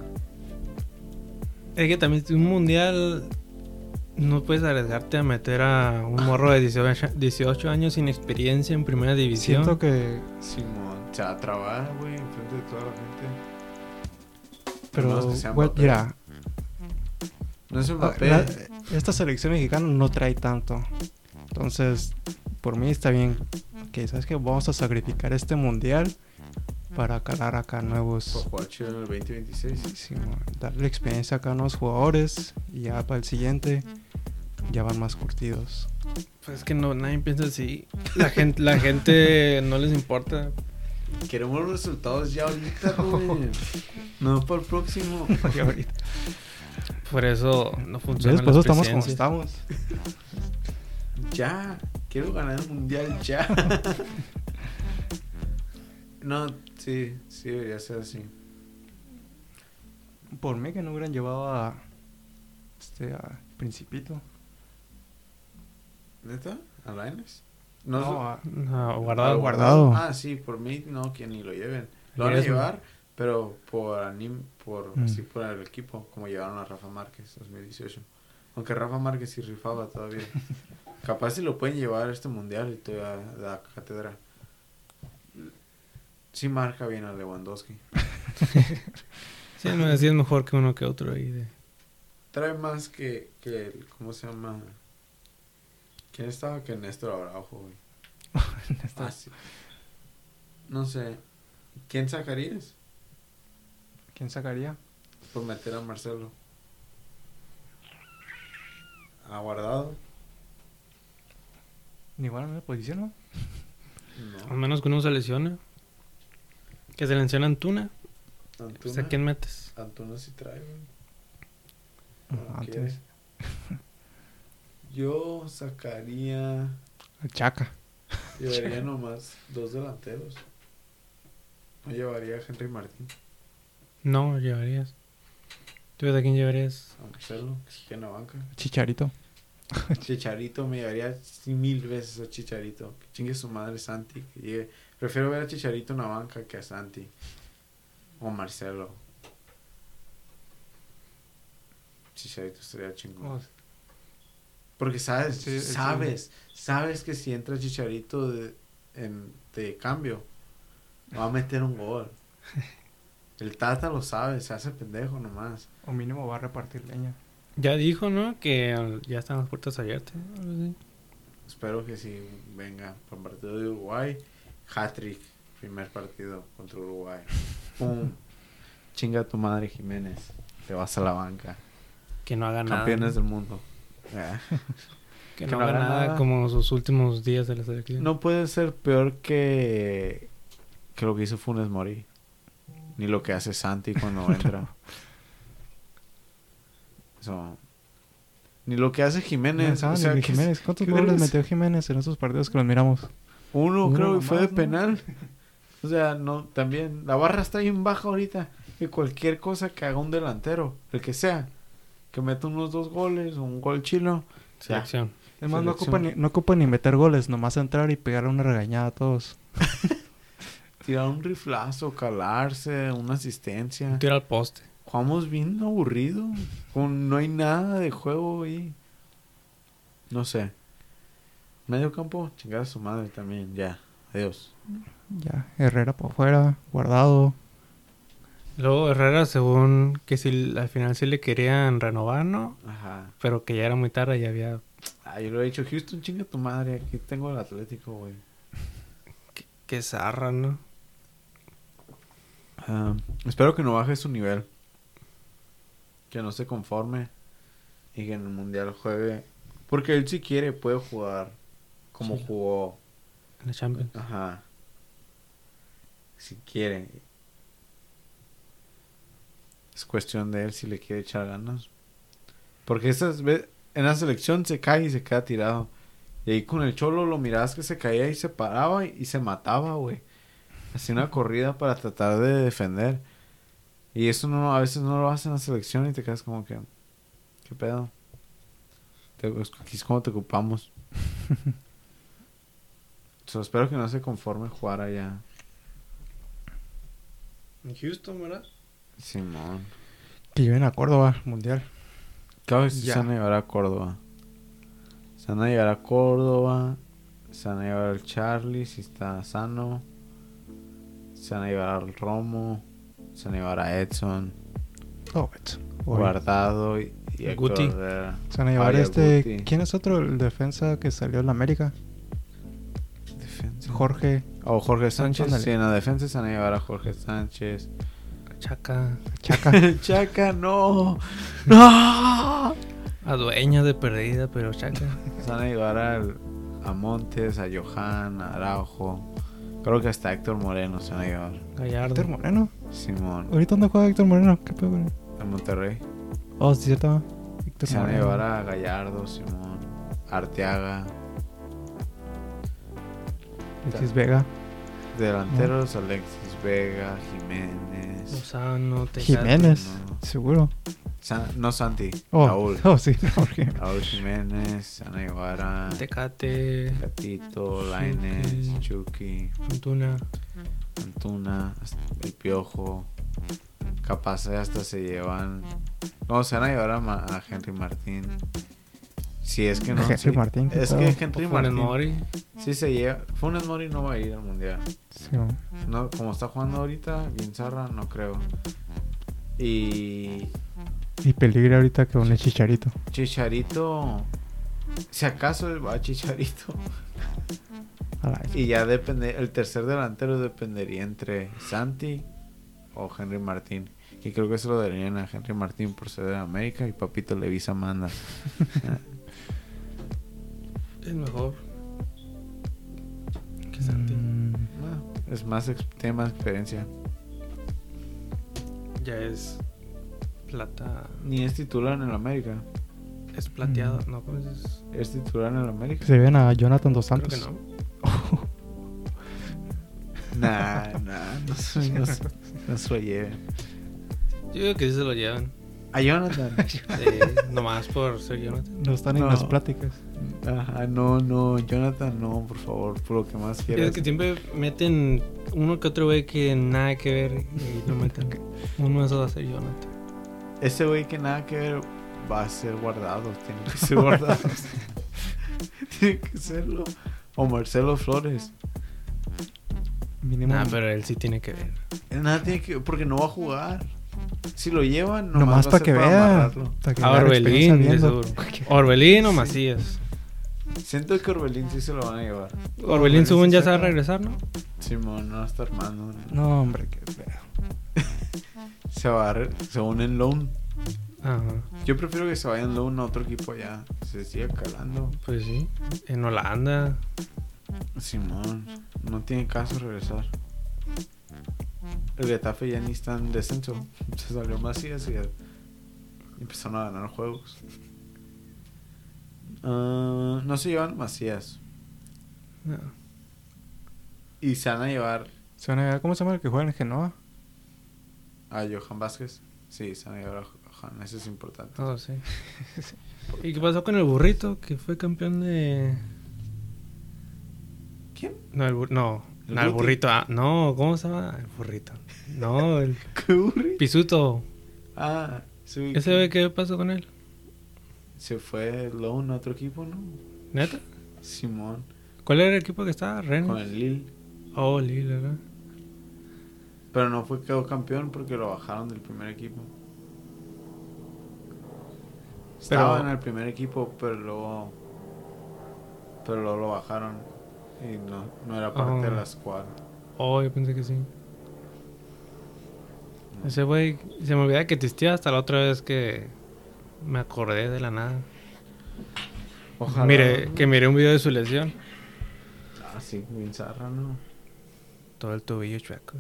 S3: Es que también un mundial no puedes arriesgarte a meter a un morro de 18, 18 años sin experiencia en primera división.
S1: Siento que.
S2: Simón, se va a trabar, güey, enfrente de toda la gente.
S1: Pero.
S2: menos que sean
S1: güey,
S2: Mbappé.
S1: mira,
S2: No es
S1: ah,
S2: Mbappé.
S1: la- esta selección mexicana no trae tanto. Entonces, por mí está bien. Que sabes que vamos a sacrificar este mundial para calar acá
S2: Por
S1: nuevos.
S2: jugar chido en el 2026.
S1: sí, mo- darle experiencia acá a los jugadores. Y ya para el siguiente, ya van más curtidos.
S3: Pues es que no, nadie piensa así. La gente, la gente no les importa.
S2: Queremos los resultados ya ahorita, güey. No para el próximo.
S3: Por eso no
S1: Ya
S3: funciona.
S1: después estamos como estamos.
S2: Ya. Quiero ganar el mundial ya. No, sí, sí debería ser así.
S1: Por mí que no hubieran llevado a. Este, a Principito.
S2: ¿Neta? ¿A Lines?
S1: No,
S2: No, sé-
S1: a-
S3: No,
S2: ¿Al
S3: guardado.
S1: guardado.
S2: Ah, sí, por mí no, que ni lo lleven. Lo van a
S3: Riesgo.
S2: llevar, pero por anim, por,
S1: Mm.
S2: así por el equipo, como llevaron a Rafa Márquez 2018. Aunque Rafa Márquez sí rifaba todavía. Capaz si lo pueden llevar a este mundial y todavía da cátedra. Sí marca bien a Lewandowski.
S3: Sí, no, así es mejor que uno que otro ahí. de-
S2: Trae más que, que el, ¿cómo se llama? ¿Quién estaba? Que Néstor Araujo, güey.
S1: Néstor.
S2: Ah, sí. No sé. ¿Quién sacarías?
S1: ¿Quién sacaría?
S2: Por meter a Marcelo. ¿Ha guardado?
S1: Igual en la posición, ¿no?
S3: A
S2: No.
S3: menos que uno se lesione. Que se lesione Antuna. Pues, ¿A
S2: Antuna.
S3: quién metes?
S2: Antuna sí trae, güey.
S1: No,
S2: No
S1: antes.
S2: quiere. Yo sacaría.
S1: Al Chaca.
S2: Llevaría nomás dos delanteros. No llevaría a Henry Martín.
S3: No, llevarías. ¿Tú a quién llevarías?
S2: A Marcelo, que se quede en la banca.
S1: Chicharito.
S2: Chicharito me llevaría mil veces a Chicharito. Que chingue su madre Santi. Que llegue. Prefiero ver a Chicharito en la banca que a Santi. O Marcelo. Chicharito estaría chingón. Porque sabes,
S1: Sí, sí.
S2: sabes, sabes que si entra Chicharito de, en- de cambio, va a meter un gol. El Tata lo sabe, se hace pendejo nomás.
S1: O mínimo va a repartir leña.
S3: Ya dijo, ¿no? Que al- ya están las puertas abiertas. algo así.
S2: Espero que si venga para el partido de Uruguay, hat-trick, primer partido contra Uruguay. ¡Pum! Chinga tu madre, Jiménez. Te vas a la banca.
S3: Que no haga nada.
S2: Campeones del mundo. Ah.
S3: Que
S2: Eh.
S3: no haga nada como sus últimos días de la selección.
S2: No puede ser peor que que lo que hizo Funes Mori. Ni lo que hace Santi cuando entra. So, ni lo que hace Jiménez.
S1: Ah,
S2: o sea,
S1: ni
S2: que-
S1: Jiménez. ¿Cuántos
S2: qué
S1: goles
S2: vergas?
S1: metió Jiménez en esos partidos que los miramos?
S2: Uno,
S1: Uno
S2: creo que fue de
S1: nomás, ¿no?
S2: penal. O sea, no, también. La barra está bien baja ahorita. Que cualquier cosa que haga un delantero, el que sea, que meta unos dos goles, un gol chilo.
S3: Selección.
S1: Es más, no
S2: Selección.
S1: ocupa, ni, no ocupa ni meter goles, nomás entrar y pegarle una regañada a todos.
S2: Tirar un riflazo, calarse, una asistencia.
S3: Tira al poste.
S2: Jugamos bien aburrido. Con, no hay nada de juego ahí. No sé. Medio campo, chingar a su madre también. Ya. Adiós.
S1: Ya, Herrera por fuera, guardado.
S3: Luego Herrera, según que si al final sí le querían renovar, ¿no?
S2: Ajá.
S3: Pero que ya era muy tarde, ya había.
S2: Ah, yo lo he dicho. Houston, chinga tu madre. Aquí tengo el Atlético, güey.
S3: Que, que zarra, ¿no?
S2: Ah, espero que no baje su nivel. Que no se conforme. Y que en el mundial juegue. Porque él, si quiere, puede jugar como
S3: Sí.
S2: jugó.
S3: En la Champions.
S2: Ajá. Si quiere. Es cuestión de él si le quiere echar ganas. Porque esas ve- en la selección se cae y se queda tirado. Y ahí con el cholo lo mirabas que se caía y se paraba y, y se mataba, güey. Hacía una corrida para tratar de defender. Y eso no a veces no lo hacen en la selección y te quedas como que... ¿Qué pedo? Te- aquí es como te ocupamos. So, espero que no se conforme jugar allá.
S3: En Houston, ¿verdad?
S2: Simón.
S1: Que lleven a Córdoba, mundial.
S2: Claro que sí
S1: Ya.
S2: se van a llevar a Córdoba. Se van a llevar a Córdoba. Se van a llevar al Charlie si está sano. Se van a llevar al Romo. Se van a llevar a Edson.
S1: Oh, it's- hoy.
S2: Guardado y, y a
S3: Guti.
S2: Cordera.
S1: Se van a llevar
S2: Ay, a
S1: este.
S2: Guti.
S1: ¿Quién es otro el defensa que salió en la América?
S2: Defensa.
S1: Jorge
S2: O Jorge Sánchez.
S1: Ándale.
S2: Sí, en la defensa se van a llevar a Jorge Sánchez.
S3: Chaca.
S1: Chaca.
S2: Chaca, no. No.
S3: A dueña de perdida, pero Chaca.
S2: Se van a llevar al- a Montes, a Johan, a Araujo. Creo que hasta Héctor Moreno se van a llevar.
S1: Héctor
S3: Gallardo.
S1: Moreno.
S2: Simón,
S1: Ahorita dónde juega Héctor Moreno. ¿Qué pedo con él?
S2: a Monterrey.
S1: Oh, sí, cierto. Héctor
S2: Se van a
S1: Moreno.
S2: llevar a Gallardo, Simón, Arteaga.
S1: Alexis Vega. Mm.
S2: Delanteros, Alexis Vega, Jiménez.
S3: Lozano, Tecate.
S1: Jiménez.
S2: no.
S1: Seguro.
S2: San- no Santi,
S1: Oh,
S2: Raúl.
S1: oh, sí, Jorge.
S2: Raúl Jiménez, se van a llevar a
S3: Tecate.
S2: Catito, Laines, Chucky,
S3: Antuna.
S2: Antuna, hasta el Piojo. Capaz eh, hasta se llevan. No, se van a llevar a, Ma- a Henry Martín. Si es que no.
S1: Henry
S2: sí.
S1: Martín, qué
S2: Es
S1: pedo.
S2: que Henry
S3: Funes
S2: Martín.
S3: Mori.
S2: Sí se lleva. Funes Mori no va a ir al mundial.
S1: Sí, mo.
S2: No, como está jugando ahorita, Guinzarra, no creo. Y
S1: y peligra ahorita con el chicharito.
S2: Chicharito. Si acaso va Chicharito.
S1: A la vez.
S2: Y ya depende. El tercer delantero dependería entre Santi o Henry Martín. Y creo que se lo darían a Henry Martín por ser de América y Papito Levisa manda.
S3: Es mejor. Que Santi.
S1: Mm,
S2: Ah, es más, ex- tiene más experiencia.
S3: Ya es plata.
S2: Ni es titular en el América.
S3: Es plateado.
S1: Mm.
S3: No, pues es.
S2: Es titular en el América.
S1: se ven a Jonathan dos
S3: Creo
S1: Santos.
S3: que no.
S2: Nah, nah, no soy, no, soy- no soy lleven.
S3: Yo digo que sí se lo llevan.
S2: A Jonathan.
S3: Eh, nomás por ser Jonathan.
S1: No están
S2: No.
S1: en las pláticas.
S2: Ajá, no, no, Jonathan, no, por favor, por lo que más
S3: Yo digo
S2: quieras.
S3: que siempre meten uno que otro güey que nada que ver y lo meten. Uno de esos va a ser Jonathan.
S2: Ese güey que nada que ver va a ser guardado, tiene que ser guardado. tiene que serlo. O Marcelo Flores.
S1: Mínimo.
S3: Nah, pero él sí tiene que ver.
S2: Nada tiene que porque no va a jugar. Si lo llevan,
S1: nomás
S2: va a
S1: para
S2: ser
S1: que vean.
S2: amarrarlo.
S3: A Ah, Orbelín, de seguro. Orbelín o Macías.
S2: Siento que Orbelín sí se lo van a llevar.
S3: Orbelín,
S1: Orbelín
S3: según
S1: sí
S3: ya
S1: se
S3: se va a
S1: acaba.
S3: regresar, ¿no?
S2: Simón no va a estar armando.
S1: No, hombre, qué pedo.
S2: Se va a re- se une en loan.
S3: Ajá.
S2: Yo prefiero que se vaya en loan a otro equipo allá. Se sigue calando.
S3: Pues sí. En Holanda.
S2: Simón, no tiene caso regresar. el Getafe ya ni está en descenso. Se salió Macías y ya empezaron a ganar juegos. Ah, no se llevan Macías.
S3: No.
S2: Y se van a llevar
S1: Se van a llevar- ¿Cómo se llama el que juega en Genoa?
S2: a Johan Vázquez. Sí, se van a llevar a Johan. Eso es importante.
S3: Oh, sí. ¿Y qué pasó con el burrito? Que fue campeón de.
S2: ¿Quién?
S3: No, el, bur- no,
S2: ¿El
S3: no, el
S2: Guti?
S3: burrito. ah, no, ¿cómo se llama? El burrito. No, el
S2: Curry.
S3: pisuto.
S2: Ah, sí.
S3: ¿Ese ve qué pasó con él?
S2: Se fue Lone a otro equipo, ¿no?
S3: ¿Neta?
S2: Simón.
S3: ¿Cuál era el equipo que estaba?
S2: Con
S3: Ren.
S2: el Lille.
S3: Oh, Lille, ¿verdad?
S2: Pero no fue quedó campeón porque lo bajaron del primer equipo. Estaba en el primer equipo, pero luego. Pero luego lo bajaron. Y no, no era parte
S3: Ah.
S2: de la squad.
S3: Oh, yo pensé que sí. Ese güey, se me olvidaba que existía hasta la otra vez que me acordé de la nada.
S2: Ojalá.
S3: Mire, que miré un video de su lesión.
S2: Ah, sí, bien zarra, ¿no?
S3: Todo el tobillo chueco.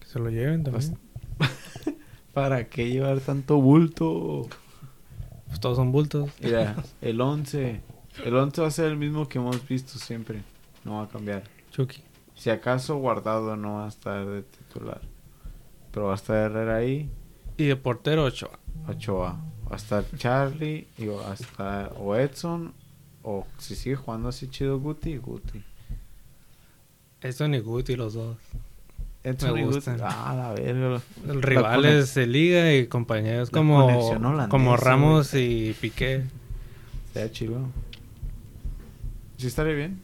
S3: Que se lo lleven también.
S2: ¿Para qué llevar tanto bulto?
S3: Pues todos son bultos.
S2: Mira, el 11. El 11 va a ser el mismo que hemos visto siempre. No va a cambiar.
S3: Chucky.
S2: Si acaso guardado no va a estar de titular. Pero va a estar Herrera ahí.
S3: Y de portero, Ochoa.
S2: Ochoa. Va a estar Charlie y va a estar o Edson o si sigue jugando así chido Guti, Guti.
S3: Esto ni Guti, los dos.
S2: Edson y Guti.
S3: gustan.
S2: Ah, la verga.
S3: El Rivales de liga y compañeros
S2: La
S3: como,
S2: conexión holandesa,
S3: como
S2: güey.
S3: Ramos y Piqué.
S2: Sería chido. Sí estaría bien.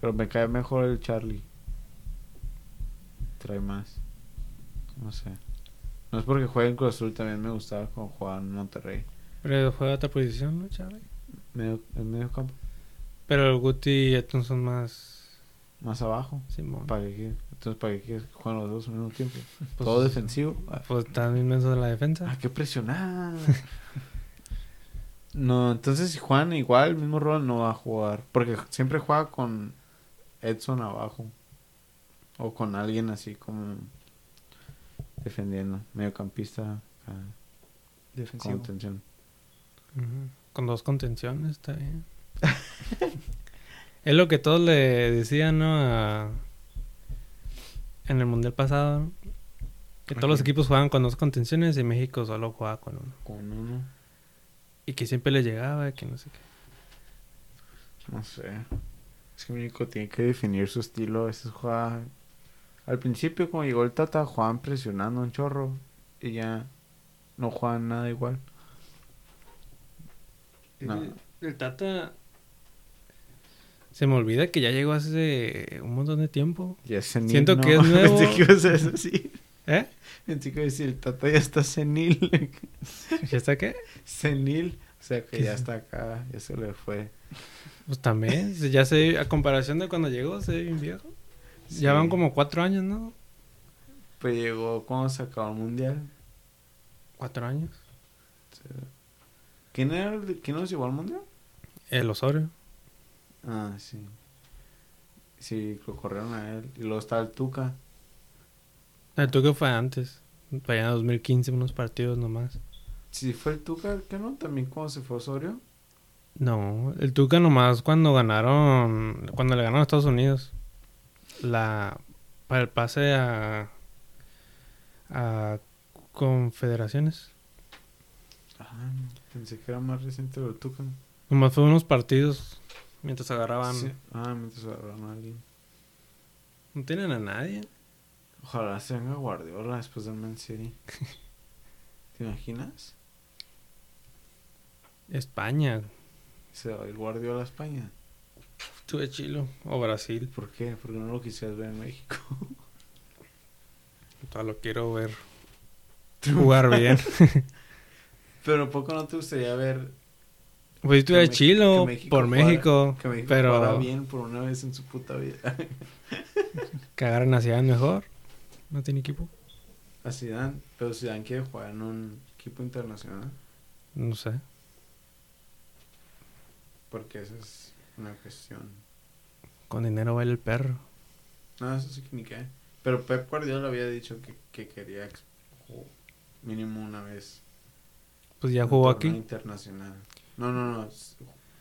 S2: Pero me cae mejor el Charlie. Trae más. No sé. No es porque juegue en Cruz Azul, también me gustaba cuando jugaba en Monterrey.
S3: Pero juega otra posición, ¿no, Charlie?
S2: Medio, en medio campo.
S3: Pero el Guti y Edson son más
S2: Más abajo.
S3: Simón.
S2: ¿Para qué quieres? Entonces, ¿para qué quieres que jueguen los dos al mismo tiempo?
S3: Pues-
S2: Todo defensivo. Ah,
S3: Pues están inmensos en la defensa.
S2: Hay que presionar. no, entonces si juegan igual, el mismo rol no va a jugar. Porque siempre juega con Edson abajo. O con alguien así como defendiendo. Mediocampista. ah, acá,
S1: Defensivo.
S2: Contención.
S3: Ujú. Con dos contenciones, está bien. es lo que todos le decían, ¿no? A- En el mundial pasado, ¿no? que todos
S2: Ajá.
S3: los equipos jugaban con dos contenciones y México solo jugaba con uno.
S2: Con uno.
S3: Y que siempre le llegaba, que no sé qué.
S2: No sé. Es que México tiene que definir su estilo. A veces juega. Al principio, cuando llegó el Tata, jugaban presionando un chorro. Y ya no juegan nada igual. No.
S3: El, el Tata. Se me olvida que ya llegó hace un montón de tiempo.
S2: Ya senil,
S3: Siento
S2: ¿no?
S3: que es nuevo.
S2: Pensé que ibas a decir.
S3: ¿Eh?
S2: Pensé que ibas a decir, el Tata ya está senil.
S3: ¿Ya está qué?
S2: senil. O sea que
S3: ¿Qué
S2: ya
S3: es?
S2: está acá. Ya se le fue.
S3: Pues también. si Ya sé, a comparación de cuando llegó, se ve bien viejo. Ya
S2: Sí.
S3: van como cuatro años, ¿no?
S2: Pues llegó cuando se acabó el mundial.
S3: Cuatro años.
S2: ¿Quién, era el, ¿Quién nos llevó al mundial?
S3: El Osorio.
S2: Ah, sí. Sí, lo corrieron a él. Y luego está el Tuca.
S3: El Tuca fue antes. Fue allá en 2015, unos partidos nomás.
S2: Si fue el Tuca, ¿qué no? También cuando se fue Osorio.
S3: No, el Tuca nomás cuando ganaron. Cuando le ganaron a Estados Unidos. La. Para el pase a. A. Confederaciones.
S2: Ah, no, pensé que era más reciente el Tuca.
S3: Nomás fue unos partidos. Mientras agarraban.
S2: Sí. Ah, mientras agarraron a alguien.
S3: No tienen a nadie.
S2: Ojalá se venga Guardiola después del Man City. ¿Te imaginas?
S3: España.
S2: Se va a ir Guardiola a España.
S3: Tuve Chilo. O Brasil.
S2: ¿Por qué? Porque no lo quisieras ver en México.
S3: Todavía lo quiero ver. Jugar bien.
S2: Pero poco no te gustaría ver
S3: Pues
S2: Que
S3: tuve
S2: Me-
S3: Chilo.
S2: que México
S3: por
S2: jugara-
S3: México.
S2: que México
S3: pero.
S2: jugara bien por una vez en su puta vida.
S3: Que agarren a Zidane mejor. No tiene equipo.
S2: A Zidane, pero Zidane quiere jugar en un equipo internacional.
S3: No sé.
S2: Porque esa es una cuestión.
S3: Con dinero baila el perro.
S2: No, eso sí que ni qué. Pero Pep Guardiola había dicho que, que quería ex- o mínimo una vez.
S3: Pues ya
S2: un
S3: jugó
S2: torneo
S3: aquí.
S2: Internacional. No, no, no. s-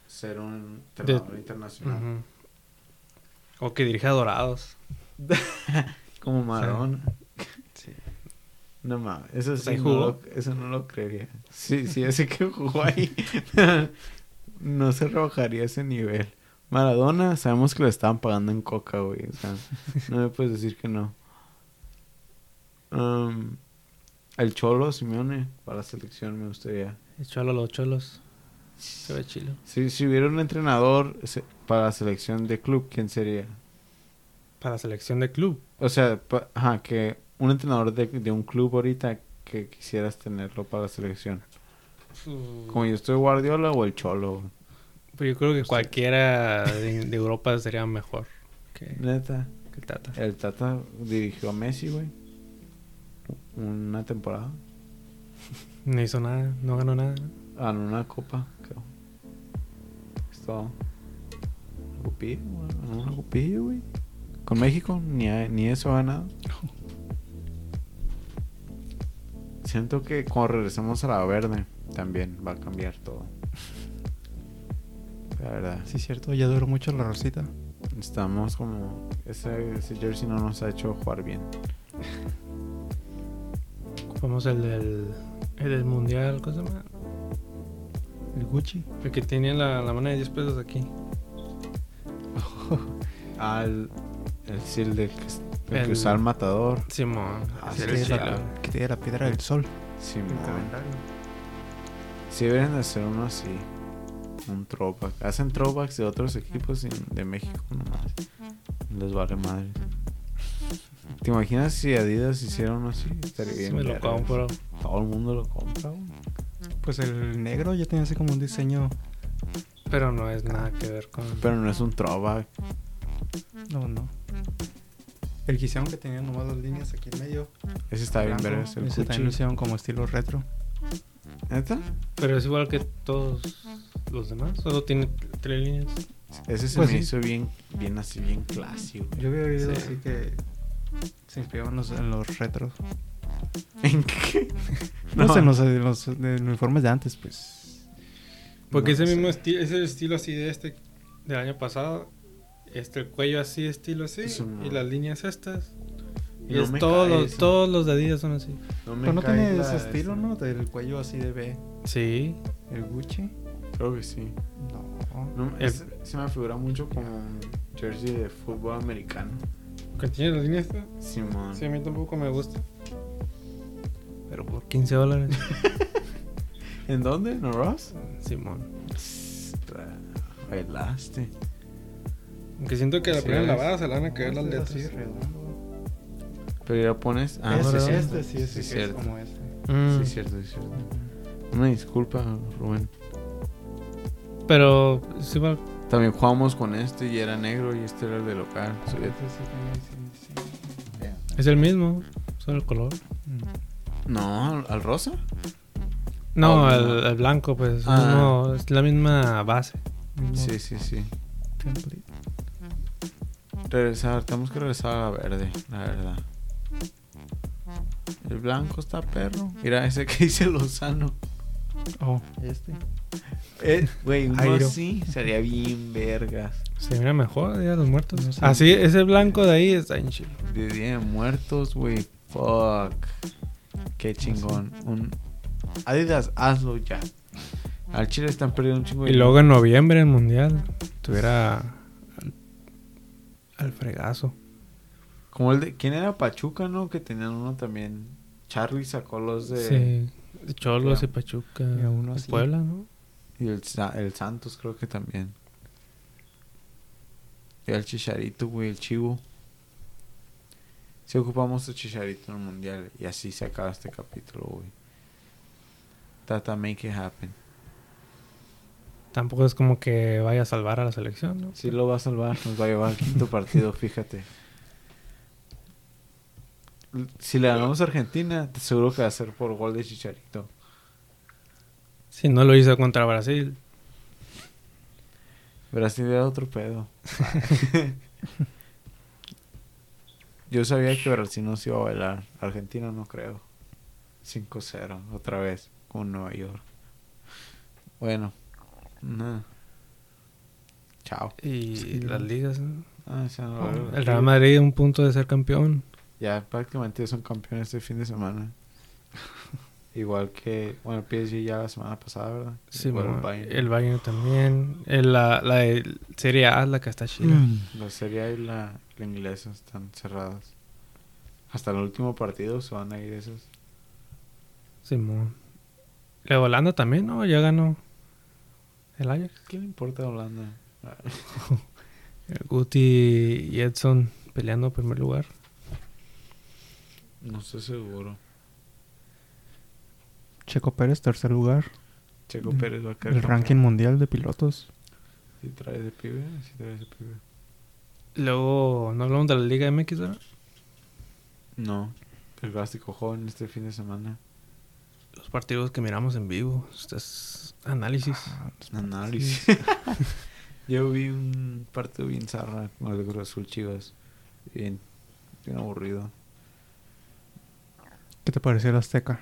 S2: Ser un entrenador internacional.
S3: Ujú. O que dirige a Dorados.
S2: Como Maradona.
S1: Sí.
S2: No mames, eso sí
S3: ahí
S2: no
S3: jugó.
S2: lo, eso no lo creería. Sí, sí, ese que jugó ahí no se rebajaría ese nivel. Maradona, sabemos que lo estaban pagando en coca, güey. O sea, no me puedes decir que no. Am, el Cholo Simeone para la selección me gustaría.
S3: El Cholo, los cholos. Se ve chilo.
S2: Si, si hubiera un entrenador se- para la selección de club, ¿quién sería?
S3: Para selección de club.
S2: O sea, pa- ajá, que un entrenador de, de un club ahorita que quisieras tenerlo para la selección. Como yo estoy Guardiola o el Cholo. güey.
S3: Pero Pues yo creo que
S2: Sí.
S3: cualquiera de, de Europa sería mejor que,
S2: Neta.
S3: que el Tata.
S2: El Tata dirigió a Messi, güey. Una temporada.
S3: No hizo nada, no ganó nada.
S2: Ganó Ah, una copa, creo. Es todo. Una copilla, güey. Ganó una copilla, güey. Con México ni, a- ni eso ha ganado. Siento que cuando regresemos a la verde también va a cambiar todo. La verdad.
S1: Sí, cierto, ya duró mucho la rosita.
S2: Estamos como... Ese, ese jersey no nos ha hecho jugar bien.
S3: Ocupamos el del, el del mundial, ¿cómo se llama?
S1: El Gucci.
S3: El que tiene la, la moneda de 10 pesos aquí.
S2: Ah, el, el sí, el de que, es- el que
S3: El-
S2: usaba el matador.
S3: Simón.
S2: Ah,
S1: Que
S2: sí,
S3: ese era el
S1: tiene
S2: sí,
S3: chilo.
S1: la- que tiene la piedra del sol.
S2: Sí, sí, deberían de hacer uno así. Un throwback. Hacen throwbacks de otros equipos y- de México nomás. Les vale madre. ¿Te imaginas si Adidas hiciera uno así? Estaría
S3: Sí
S2: bien.
S3: me lo
S2: verga.
S3: compro.
S2: Todo el mundo lo compra. güey.
S1: Pues el negro ya tenía así como un diseño.
S3: Pero no es nada que ver con.
S2: Pero no es un throwback.
S1: No, no. El que hicieron que tenía nomás dos líneas aquí en medio.
S2: Ese está bien,
S1: blanco,
S2: verga. Es el
S1: Ese también lo
S2: Gucci.
S1: hicieron como estilo retro.
S2: ¿Neta?
S3: Pero es igual que todos los demás. Solo tiene tres líneas.
S2: Ese se
S1: Pues
S2: me
S1: sí.
S2: hizo bien, bien así, bien clásico. güey.
S1: Yo había oído
S3: Sí.
S1: así que se inspiraban los- en los retros.
S2: ¿En qué?
S1: No, sé, en
S2: no.
S1: los, en los- en los uniformes de antes, pues.
S3: Porque
S1: No
S3: ese
S1: sé.
S3: mismo estilo, ese estilo así de este del año pasado, este el cuello así, estilo así,
S2: Sí, mo.
S3: y las líneas estas. Y
S2: No
S3: es
S2: me
S3: todos,
S2: cae
S3: los,
S2: eso.
S3: todos los de Adidas son así.
S2: me
S1: Pero no
S2: cae
S1: tiene
S2: la-
S1: ese estilo,
S2: esa.
S1: ¿no? Del cuello así de B.
S3: Sí.
S1: El Gucci.
S2: Creo que sí.
S1: No.
S2: No,
S3: El-
S2: es- se me figura mucho como un jersey de fútbol americano.
S3: ¿Que tiene las líneas estas?
S2: Simón.
S3: Sí, a mí tampoco me gusta. Pero por 15 dólares.
S2: ¿En dónde? ¿En Ross?
S3: Simón.
S2: Bailaste.
S3: Aunque siento que a la
S2: Sí,
S3: primera
S2: es.
S3: lavada se le van a caer las
S1: Este es así
S3: letras.
S1: redondo.
S2: Pero ya pones. Ah,
S1: este,
S2: sí,
S1: sí,
S2: cierto.
S1: este sí,
S2: Sí,
S1: ese que es
S2: cierto.
S1: como este.
S3: Mm,
S2: Sí, cierto, sí, cierto. Una disculpa, Rubén.
S3: Mm, Pero es igual.
S2: También jugamos con este y era negro y este era el de local.
S1: Sí,
S2: Soy-
S1: este sí tiene- sí, sí.
S3: Es el mismo, solo el color.
S1: Mm.
S2: No, ¿al, al rosa?
S3: No,
S2: Oh,
S3: el,
S2: no.
S3: el blanco, pues.
S2: Ah.
S3: No, es la misma base.
S1: Mismo
S2: Sí, sí, sí.
S1: template.
S2: Regresar, tenemos que regresar a la verde, la verdad. El blanco está perro. Mira ese que dice Lozano.
S1: Oh, este.
S2: Eh, Güey, uno
S1: Airo.
S2: así sería bien vergas.
S3: Se mira mejor, Día de los Muertos.
S1: No sé.
S3: Así, ese blanco de ahí está en chilo.
S2: De Día de Muertos, güey. Fuck. Qué chingón. Un... Adidas, hazlo ya. Al Chile están perdiendo un chingo de
S3: Y luego en noviembre el mundial tuviera al, al fregazo.
S2: Como el de... ¿Quién era Pachuca, no? Que tenían uno también. Charlie sacó los de...
S3: Sí. Cholos
S2: Ya.
S3: y Pachuca.
S1: Y a uno
S3: y
S1: así.
S3: Puebla, ¿no?
S2: Y el, Sa- el Santos creo que también. Y el Chicharito, güey, el Chivo. Si ocupamos el Chicharito en el Mundial. Y así se acaba este capítulo, güey. Tata, make it happen.
S3: Tampoco es como que vaya a salvar a la selección, ¿no?
S2: Si lo va a salvar, nos va a llevar al quinto partido, fíjate. Si le ganamos a Argentina, te seguro que va a ser por gol de Chicharito.
S3: Si no lo hizo contra Brasil.
S2: Brasil era otro pedo. Yo sabía que Brasil no se iba a bailar. Argentina no creo. 5-0, otra vez, con Nueva York. Bueno, nada. Chao.
S3: Y
S1: Sí,
S3: las
S1: ¿no?
S3: ligas, ¿no?
S2: Ah, esa no la veo.
S3: El Real Madrid un punto de ser campeón.
S2: Ya prácticamente son campeones este fin de semana. Igual que, bueno, el PSG ya la semana pasada, ¿verdad?
S3: Sí, Eh,
S2: Igual el
S3: bueno,
S2: Bayern.
S3: el Bayern también. El- la, la de Serie A es la que está chida.
S1: Mm.
S2: La serie A y la, la inglesa están cerradas. Hasta el último partido se van a ir esas.
S3: Simón. La de Holanda también, ¿no? Ya ganó el Ajax.
S2: ¿Qué le importa a Holanda? Ah,
S3: Guti y Edson peleando en primer lugar.
S2: No estoy seguro.
S1: Checo Pérez, tercer lugar.
S2: Checo
S1: Mm.
S2: Pérez va a caer.
S1: El ranking mundial de pilotos.
S2: Si trae de pibe, si trae de pibe.
S3: Luego, ¿no hablamos de la Liga MX ahora?
S2: No. El plástico joven este fin de semana.
S3: Los partidos que miramos en vivo. Este es análisis.
S2: Ah, Análisis. Yo vi un partido bien zarra con el Cruz Azul Chivas. Bien, bien aburrido.
S1: ¿Qué te pareció el Azteca?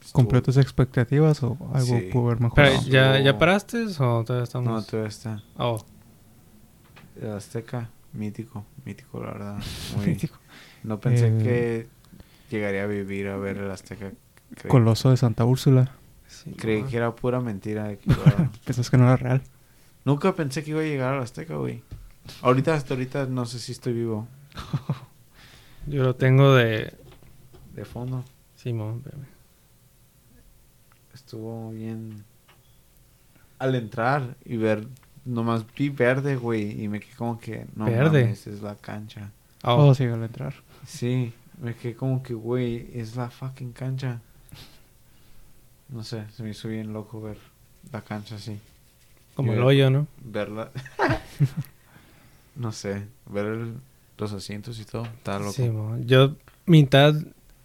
S2: Estuvo-
S1: ¿Cumplió tus expectativas o algo
S2: Sí.
S1: pudo haber
S3: Pero,
S1: mejorado?
S3: ¿ya, ¿Ya
S2: No.
S3: paraste o todavía
S2: No,
S3: estamos?
S2: todavía está.
S3: Oh,
S2: El Azteca, mítico. Mítico, la verdad. Muy, No pensé
S1: Eh,
S2: que llegaría a vivir a ver el Azteca. Cre-
S1: Coloso de Santa Úrsula.
S3: sí,
S2: creí
S3: no.
S2: que era pura mentira. de que iba-
S1: Pensás que no era real.
S2: Nunca pensé que iba a llegar al Azteca, güey. Ahorita, hasta ahorita, no sé si estoy vivo.
S3: Yo lo tengo de
S2: De fondo,
S3: Simón. espérame.
S2: estuvo bien. Al entrar y ver, nomás vi verde, güey. Y me quedé como que, no
S3: Verde.
S2: mames, es la cancha.
S1: Oh,
S3: Oh,
S1: sí, al entrar.
S2: Sí, me quedé como que, güey, es la fucking cancha. No sé, se me hizo bien loco ver la cancha así.
S3: como el
S2: yo-
S3: hoyo, ¿no?
S2: verla. no sé, ver el- los asientos y todo. Está loco.
S3: Sí, mo. yo mitad,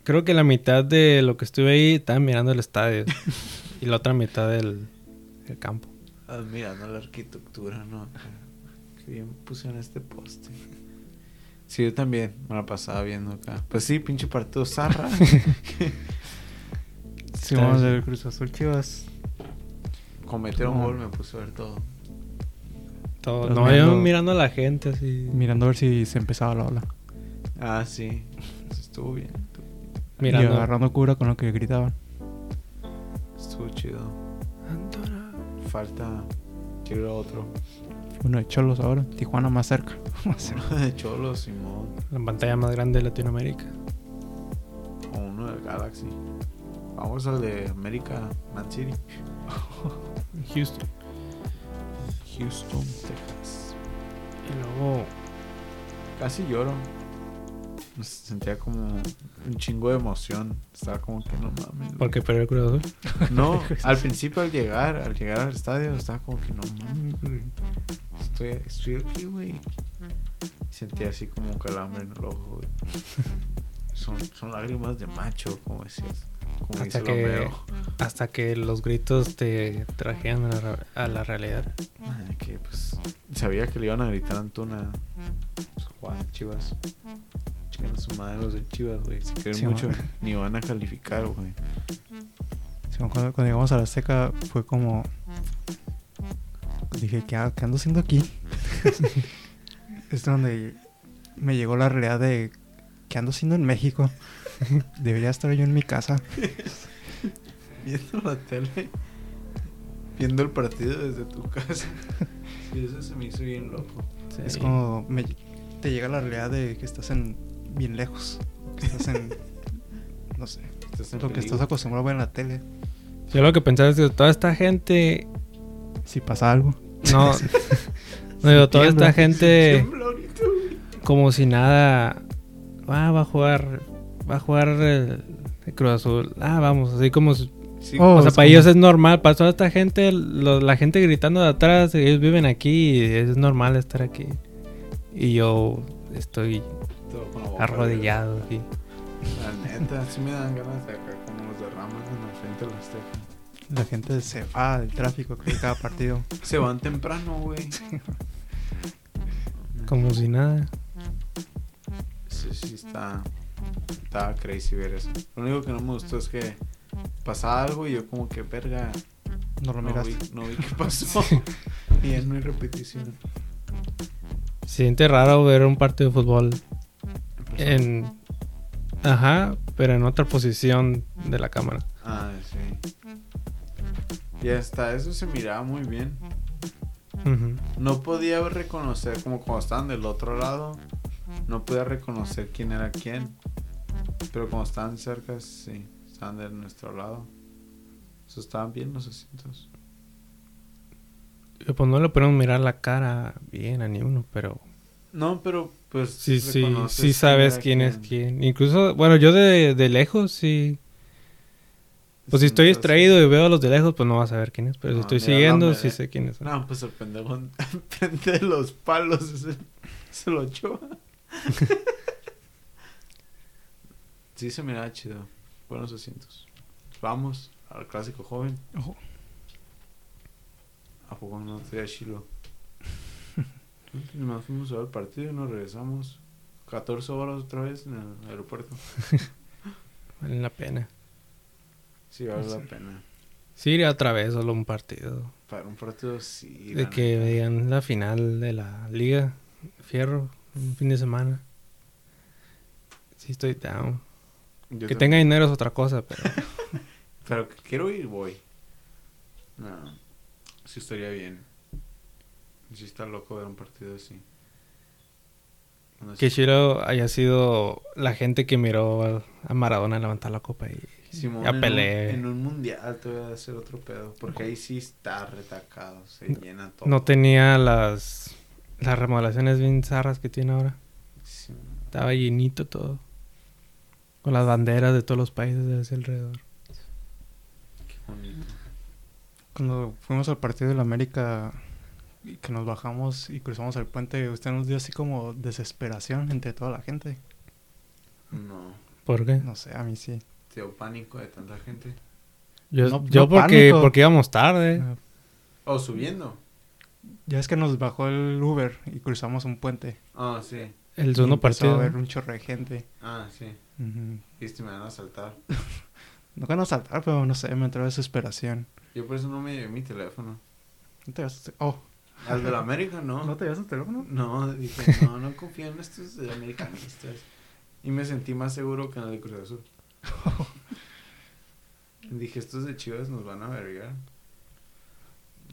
S3: creo que la mitad de lo que estuve ahí estaba mirando el estadio y la otra mitad del, del campo.
S2: Admirando Ah, la arquitectura, ¿no? Que bien pusieron este poste. Sí, yo también me la pasaba viendo acá. Pues sí, pinche partido zarra.
S1: Si
S3: Está
S1: vamos a
S3: bien.
S1: ver Cruz Azul Chivas.
S2: Cometieron
S1: Ah.
S2: gol, me puse a ver todo.
S3: Todo,
S1: Estás
S3: no, yo
S1: mirando-
S3: mirando a la gente así,
S1: Mirando a ver si se empezaba la ola.
S2: Ah, sí. Estuvo bien.
S1: Y
S3: mirando.
S1: agarrando cura con lo que gritaban.
S2: Estuvo chido.
S3: Antona.
S2: Falta. Quiero otro.
S1: Uno de Cholos ahora. Tijuana más cerca. Más cerca.
S2: Uno de Cholo, Simón.
S3: La pantalla más grande de Latinoamérica.
S2: O uno del Galaxy. Vamos al de América, Man City.
S3: Houston.
S2: Houston, Texas.
S3: Y luego,
S2: Casi lloro. Sentía como un chingo de emoción. Estaba como que no mames. güey".
S3: porque
S1: pues,
S3: perdió el Cruz Azul.
S2: No, al principio al llegar, al llegar al estadio, estaba como que no mames, güey. Estoy, estoy aquí, güey. Sentía así como un calambre en el ojo, güey. Son, son lágrimas de macho, como decías. Como
S3: Hasta
S2: dice
S3: que-
S2: Romeo.
S3: Hasta que los gritos te trajeron a la, ra- a la realidad.
S2: Ah, Que pues sabía que le iban a gritar a Antuna. Pues, Juan, Chivas. Chiquen a su madre los de Chivas, güey. Se creen
S1: Sí,
S2: mucho.
S1: man.
S2: Ni van a calificar, güey.
S1: Sí, me acuerdo cuando llegamos a la Azteca fue como. Dije, ¿qué, qué ando haciendo aquí? es donde me llegó la realidad de. ¿Qué ando haciendo en México? Debería estar yo en mi casa.
S2: Viendo la tele. Viendo el partido desde tu casa. Y eso se me hizo bien loco.
S1: Es
S3: Sí.
S1: como. me- te llega la realidad de que estás en. Bien lejos. Que estás en. No sé.
S2: Estás en
S1: Lo que
S2: peligro.
S1: estás acostumbrado a ver en la tele.
S3: Yo lo que pensaba es que toda esta gente.
S1: Si pasa algo.
S3: No, no digo, toda
S1: Entiendo.
S3: esta gente.
S1: Eh.
S2: Tiembla ahorita, güey.
S3: como si nada. Ah, va a jugar. Va a jugar el, el Cruz Azul. Ah, vamos, así como. si-
S2: Sí,
S1: Oh,
S3: o sea,
S1: es
S3: para
S1: como-
S3: ellos es normal. Para toda esta gente, lo- la gente gritando de atrás, ellos viven aquí y es normal estar aquí. Y yo estoy
S2: todo con la boca
S3: arrodillado aquí.
S2: abierta. La neta, sí me dan ganas de acá como los derramas en el frente de los tecas.
S1: La gente se va del tráfico que hay cada partido.
S2: Se van temprano, güey.
S3: Como si nada.
S2: Sí, sí, está. Estaba crazy ver eso. Lo único que no me gustó es que pasaba algo y yo, como que, verga.
S1: No lo
S2: No vi,
S1: miraste.
S2: no vi qué pasó. Y ya no hay repetición.
S3: Siente raro ver un partido de fútbol en. Ajá, pero en otra posición de la cámara.
S2: Ah, sí. Y hasta eso se miraba muy bien.
S3: Ujú.
S2: No podía reconocer, como cuando estaban del otro lado, no podía reconocer quién era quién. Pero cuando estaban cerca, sí, estaban de nuestro lado. Eso estaban bien los asientos.
S3: Pues no le podemos mirar la cara bien a ni uno, pero
S2: No, pero pues.
S3: sí, sí,
S2: reconoces
S3: sí sabes
S2: era
S3: quién es quién. Incluso, bueno, yo de, de lejos sí. Pues si estoy
S2: Entonces,
S3: distraído y veo a los de lejos, pues no vas a ver quién es. Pero
S2: No,
S3: si estoy
S2: mira, no,
S3: siguiendo,
S2: hombre,
S3: sí
S2: eh.
S3: sé quién es.
S2: No, pues el pendejo enfrente de los palos se, se lo echó. sí, se miraba chido. Buenos asientos. Vamos al clásico joven.
S1: Ojo.
S2: ¿A poco no sería chilo? Nomás fuimos a ver el partido y nos regresamos. 14 horas otra vez en el aeropuerto.
S3: Vale la pena.
S2: Sí, vale la pena.
S3: Sí, iría otra vez solo un partido.
S2: Para un partido, sí.
S3: de
S2: la
S3: que
S2: neta.
S3: vean la final de la liga. Fierro, un fin de semana. Sí, estoy down.
S2: Yo
S3: que
S2: también.
S3: tenga dinero es otra cosa, pero.
S2: Pero que quiero ir, voy. No. Sí estaría bien. Sí está loco ver un partido así. No sé.
S3: Que Shiro haya sido la gente que miró a- a Maradona levantar la copa y
S2: Simón,
S3: ya
S2: en un-
S3: peleé.
S2: En, un mundial te voy a hacer otro pedo. Porque ahí sí está retacado. Se llena todo.
S3: no tenía las las remodelaciones bien zarras que tiene ahora.
S2: Sí,
S3: Estaba llenito todo. Con las banderas de todos los países de ese alrededor.
S2: qué bonito.
S1: Cuando fuimos al partido de la América y que nos bajamos y cruzamos el puente, usted nos dio así como desesperación entre toda la gente.
S2: No.
S3: ¿Por qué?
S1: No sé, a mí sí.
S2: Te dio pánico de tanta gente.
S3: Yo,
S1: No-
S3: yo
S1: no
S3: porque,
S1: pánico.
S3: porque íbamos tarde.
S1: Ah,
S2: Oh, subiendo.
S1: Ya es que nos bajó el Uber y cruzamos un puente.
S2: Ah, sí.
S3: El
S1: Y
S3: segundo
S1: empezó
S3: partido.
S1: a haber un chorro de gente.
S2: Ah, sí.
S1: Ujú.
S2: Viste, me van a saltar.
S1: No quiero saltar, pero no sé, me entró desesperación.
S2: Yo por eso no me llevé mi teléfono.
S1: ¿No te llevas tu- Oh,
S2: Al de la América,
S1: ¿no te llevas tu teléfono?
S2: No, dije, no, no confío en estos americanistas. Y me sentí más seguro que en el de Cruz Azul. dije, estos de Chivas nos van a vergar.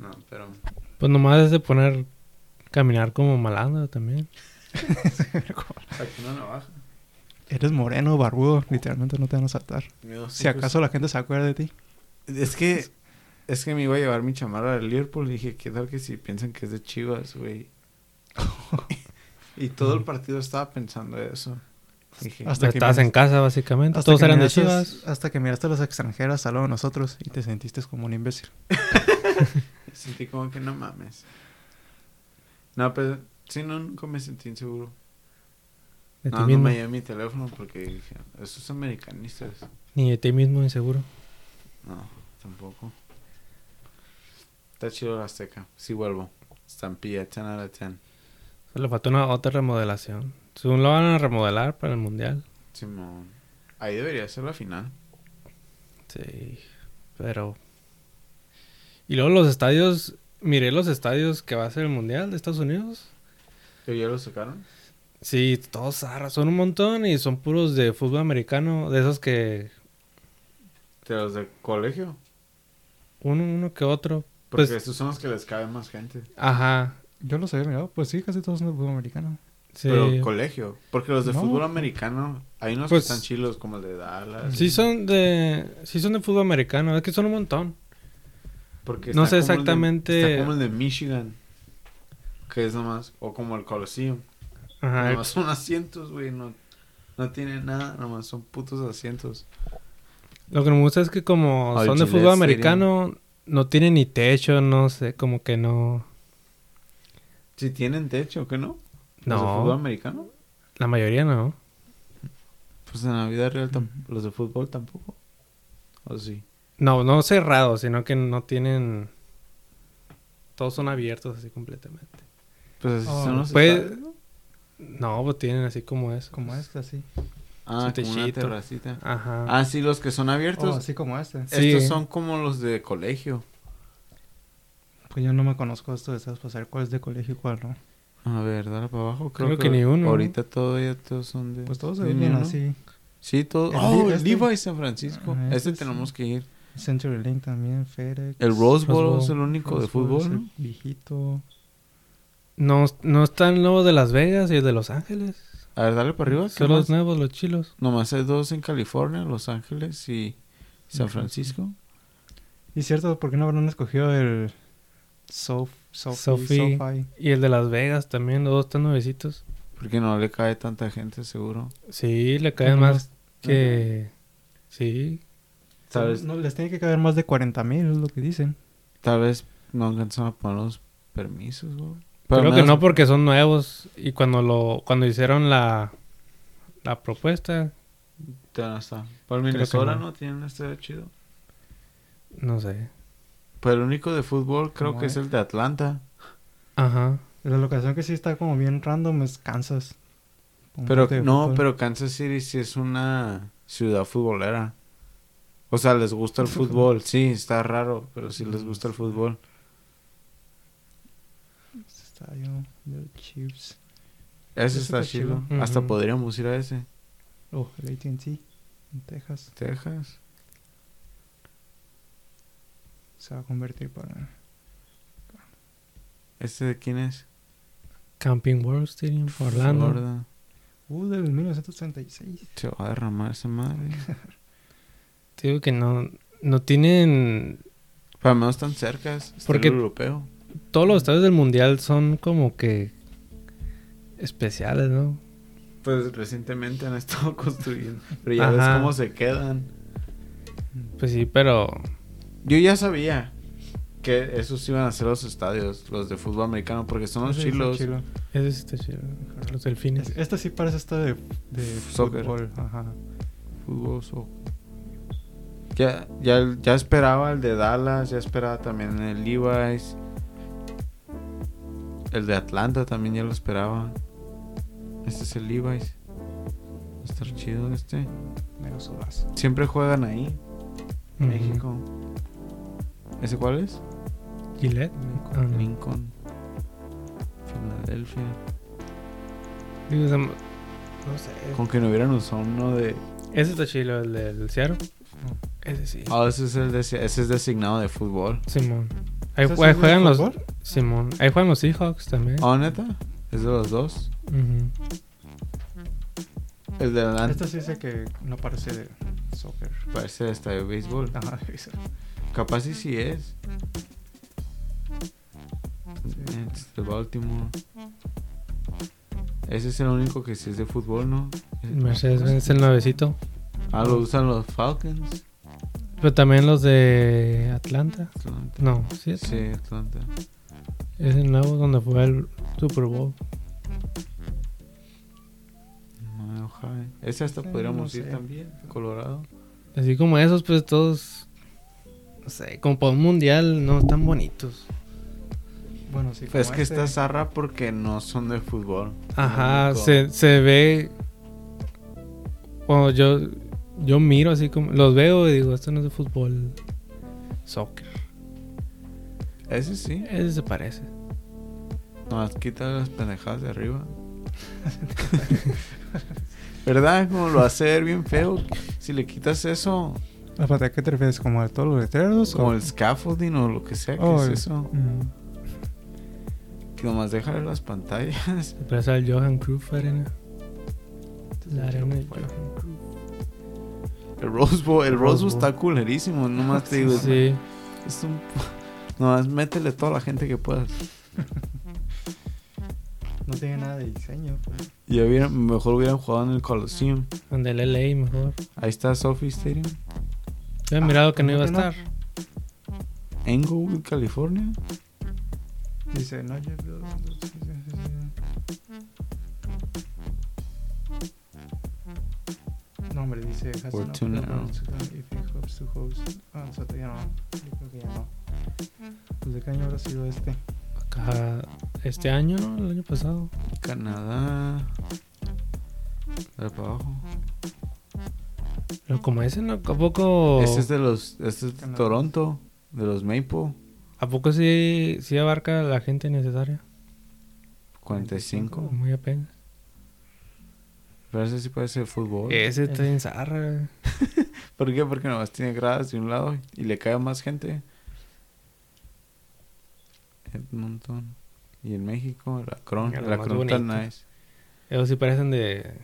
S2: No, pero
S3: Pues nomás es de poner caminar como malandro también.
S2: saqué una navaja.
S1: Eres moreno, barbudo, literalmente no te van a saltar.
S2: No sé,
S1: Si acaso la pues. gente se acuerda de ti.
S2: pues, Es que, es que me iba a llevar mi chamarra del Liverpool. Dije, ¿qué tal que si piensan que es de Chivas, güey? y todo el partido estaba pensando eso. Dije,
S1: Hasta que
S3: Estás
S1: vienes.
S3: en casa básicamente.
S1: Hasta
S3: Todos
S1: que
S3: eran de
S1: miraste-
S3: Chivas.
S1: Hasta que miraste a las extranjeras al lado de nosotros y te sentiste como un imbécil.
S2: Sentí como que no mames. No, pero sí, no, nunca me sentí inseguro.
S3: De ti
S2: No, no
S3: mismo.
S2: me llevé mi teléfono porque dije, esos americanistas.
S3: Ni de ti mismo inseguro.
S2: No, tampoco. Está chido la Azteca. Sí vuelvo. Estampilla, 10 out of 10.
S3: Solo faltó una otra remodelación. Según lo van a remodelar para el mundial.
S2: Simón. Ahí debería ser la final.
S3: Sí, pero... Y luego los estadios, miré los estadios que va a ser el Mundial de Estados Unidos.
S2: ¿Que ya lo sacaron?
S3: Sí, todos zarras, son un montón y son puros de fútbol americano, de esos que
S2: ¿De los de colegio?
S3: uno, uno que otro.
S2: Porque
S3: Pues-
S2: estos son los que les cabe más gente.
S3: Ajá,
S1: Yo los había mirado, pues sí, casi todos son de fútbol americano.
S3: sí.
S2: Pero colegio. Porque los de
S1: No.
S2: fútbol americano, hay unos
S3: Pues-
S2: que están chilos como el de Dallas.
S3: Sí son de, sí son de fútbol americano, es que son un montón.
S2: Porque
S3: No
S2: está como
S3: sé
S2: el de-
S3: exactamente-
S2: está como el de Michigan. Que es nomás. O como el Coliseum.
S3: Ajá,
S2: Nomás son asientos, güey. No, no tiene nada. Nomás son putos asientos.
S3: Lo que me gusta es que como
S2: Al
S3: son de
S2: Gillette
S3: fútbol
S2: Stadium.
S3: americano, no tienen ni techo, no sé, como que no...
S2: Si tienen techo, ¿qué no? ¿Los de fútbol
S3: No,
S2: americano?
S3: la mayoría no.
S2: Pues en la vida real, tam- los de fútbol tampoco. ¿O sí?
S3: No, no cerrados, sino que no tienen... Todos son abiertos así completamente.
S2: Pues así
S1: Oh,
S2: son los
S3: pues-
S2: estadios, ¿no?
S3: No, pues tienen así como eso.
S1: Como este, así.
S2: Ah,
S3: su
S2: como una
S3: techito.
S2: terracita.
S3: Ajá.
S2: Ah, sí, los que son
S1: Oh,
S2: abiertos.
S1: así como este.
S3: Sí.
S2: Estos son como los de colegio.
S1: Pues yo no me conozco esto de esas para saber cuál es de colegio y cuál no.
S2: A ver, dale para abajo. Creo,
S3: Creo que ni uno.
S2: Ahorita todavía todos son de.
S1: Pues todos se
S2: de
S1: ven
S2: uno.
S1: así.
S2: Sí, todos.
S1: El
S2: oh,
S1: Levi-
S2: el
S1: este.
S2: Levi San Francisco.
S1: Ah,
S2: este
S1: ese sí.
S2: tenemos que ir.
S1: Century Link también, FedEx.
S2: El Rose Bowl,
S3: Bowl.
S2: es el único de
S1: Rose Bowl es
S2: fútbol,
S1: el
S2: ¿no?
S1: Viejito.
S3: No, no están nuevos de Las Vegas y el de Los Ángeles.
S2: A ver, dale para arriba. ¿qué
S3: Son los
S2: más?
S3: nuevos, los chilos.
S2: Nomás hay dos en California, Los Ángeles y San
S1: Ujú.
S2: Francisco.
S1: Y cierto, ¿por qué no habrán escogido el Sof, Sofi,
S3: Sofi.
S1: SoFi?
S3: Y el de Las Vegas también, los dos están nuevecitos.
S2: Porque no le cae tanta gente, seguro.
S3: Sí, le caen
S1: No,
S3: más que... Sí.
S2: ¿Sabes?
S1: No, les tiene que caber más de 40 mil, es lo que dicen.
S2: Tal vez no alcanzan a poner los permisos, güey. Pero
S3: Creo
S2: al
S3: que
S2: menos-
S3: no porque son nuevos. Y cuando lo cuando hicieron la, la propuesta,
S2: Ya está. Por
S3: que
S2: Minnesota
S3: no.
S2: no tienen este chido.
S3: no sé.
S2: Pero el único de fútbol creo
S1: No,
S2: que es
S1: eh.
S2: el de Atlanta.
S3: Ajá.
S1: La locación que sí está como bien random es Kansas. Un
S2: Pero
S1: partido de
S2: no,
S1: fútbol.
S2: pero Kansas City sí es una ciudad futbolera. O sea, les gusta el fútbol. Sí, está raro, pero sí les gusta el fútbol.
S1: Este Estadio de Chiefs.
S2: Ese
S1: Ese
S2: está
S1: está
S2: chido.
S3: chido.
S2: Hasta
S3: Ujú.
S2: podríamos ir a ese.
S1: Oh, el AT&T en Texas
S2: Texas.
S1: se va a convertir para...
S2: ¿Este de quién es?
S3: Camping World Stadium, Orlando.
S2: Florida.
S1: Uh, del 1936.
S2: Se va a derramar esa madre.
S3: Te Digo que no, no tienen...
S2: Para menos están cercas. Está
S3: Porque-
S2: el europeo.
S3: Todos los estadios del mundial son como que especiales, ¿no?
S2: Pues recientemente han estado construyendo. Pero ya ves
S3: Ajá.
S2: cómo se quedan.
S3: Pues sí, pero
S2: Yo ya sabía que esos iban a ser los estadios, los de fútbol americano, porque son los
S1: Ese está
S2: chilos.
S1: chilo.
S3: eso sí está chido. Los delfines.
S1: Es- Este sí parece estadio de, de
S2: Soccer.
S1: fútbol. Ajá.
S2: Fútbol, so- Ya, ya, ya esperaba el de Dallas, ya esperaba también el Levi's. El de Atlanta también ya lo esperaba. Este es el Levi's. Va a estar chido este.
S1: Menos sodas.
S2: Siempre juegan ahí,
S3: Ujú.
S2: México. ¿Ese cuál es?
S3: Gillette. Ah, no.
S2: Lincoln. Filadelfia.
S3: Digo, o sea, no sé.
S2: Con que no hubieran usado uno de
S3: Ese está chido, el del Seattle. Ese sí.
S2: Ah, ese es, el desi- ese es designado de fútbol.
S3: Simón. Ahí,
S1: ¿Ese
S3: jue-
S1: sí es de
S3: juegan los.
S1: fútbol?
S3: Simón. Ahí juegan los Seahawks también.
S2: ¿Ah, neta? ¿Es de los dos?
S3: Ujú.
S2: El de Atlanta
S1: Este sí dice que no parece de soccer.
S2: parece de estadio de béisbol.
S1: Ajá, eso.
S2: Capaz y sí es.
S1: Sí.
S2: Es eh, de Baltimore. Ese es el único que sí es de fútbol, ¿no?
S3: Mercedes Benz el nuevecito.
S2: Ah, lo usan los Falcons.
S3: Pero también los de Atlanta.
S2: Atlanta.
S3: No, sí. es-
S2: Sí, Atlanta.
S3: Es el nuevo donde fue el Super Bowl.
S2: No, Ohio. Ese hasta
S1: Eh,
S2: podríamos
S1: no
S2: ir
S1: sé.
S2: también. Colorado.
S3: Así como esos, pues todos. No sé, como para un mundial no están bonitos.
S1: Bueno, sí.
S2: Pues Es
S1: como
S2: que
S1: este,
S2: está zarra porque no son de fútbol.
S3: Ajá,
S2: Único.
S3: se, se ve. Cuando yo, yo miro así como. Los veo y digo, esto no es de fútbol. Soccer.
S2: Ese sí.
S3: Ese se parece.
S2: Nomás quita las pendejadas de arriba. ¿Verdad? Como lo hace ver bien feo. Si le quitas eso,
S1: Ah, espérate, ¿A qué te refieres? ¿Como a todos los letreros?
S2: como
S1: o-
S2: el scaffolding o lo que sea que
S1: Oh,
S2: es
S1: el-
S2: eso,
S1: Mm.
S2: que nomás deja ver las pantallas.
S3: Se parece al Johan Cruyff Arena. La arena de
S1: Bueno.
S3: Johan Cruyff.
S2: El Rose Bowl, el Rose Bowl
S3: Rose Bowl.
S2: está culerísimo. Nomás te digo, es-
S3: Sí.
S2: es un. Nomás métele toda la gente que puedas.
S1: No tiene nada de diseño. pues.
S2: Y hubieran- mejor hubieran jugado en el Coliseum.
S3: Donde el LA mejor.
S2: Ahí está Sophie Stadium.
S3: Yo he mirado Ah, que no
S1: ¿cómo
S3: iba a
S1: que Ah, no?
S3: estar.
S2: Englewood, California.
S1: Dice, no, yo... No, hombre, dice... has
S2: We're
S1: enough
S2: too
S1: problems
S2: narrow.
S1: to go if you hope Who's to host? Ah, o sea, todavía no. Yo creo que ya no. Pues de qué año habrá sido este.
S3: Acá, este año, el año pasado.
S2: Canadá. Dale para abajo.
S3: Pero como ese, ¿no? ¿A poco,
S2: Este es de los. Este es de
S1: Canadá.
S2: Toronto. De los Maple.
S3: ¿a poco sí, sí abarca a la gente necesaria?
S2: 45.
S3: Muy apenas.
S2: Pero ese sí parece fútbol.
S3: Ese está en zarra. güey.
S2: ¿Por qué? Porque nomás tiene gradas de un lado y le cae más gente. Edmonton. Y en México, la Cron.
S3: Mira, lo
S2: La
S3: más
S2: Cron está
S3: bonito.
S2: nice.
S3: Ellos sí parecen de...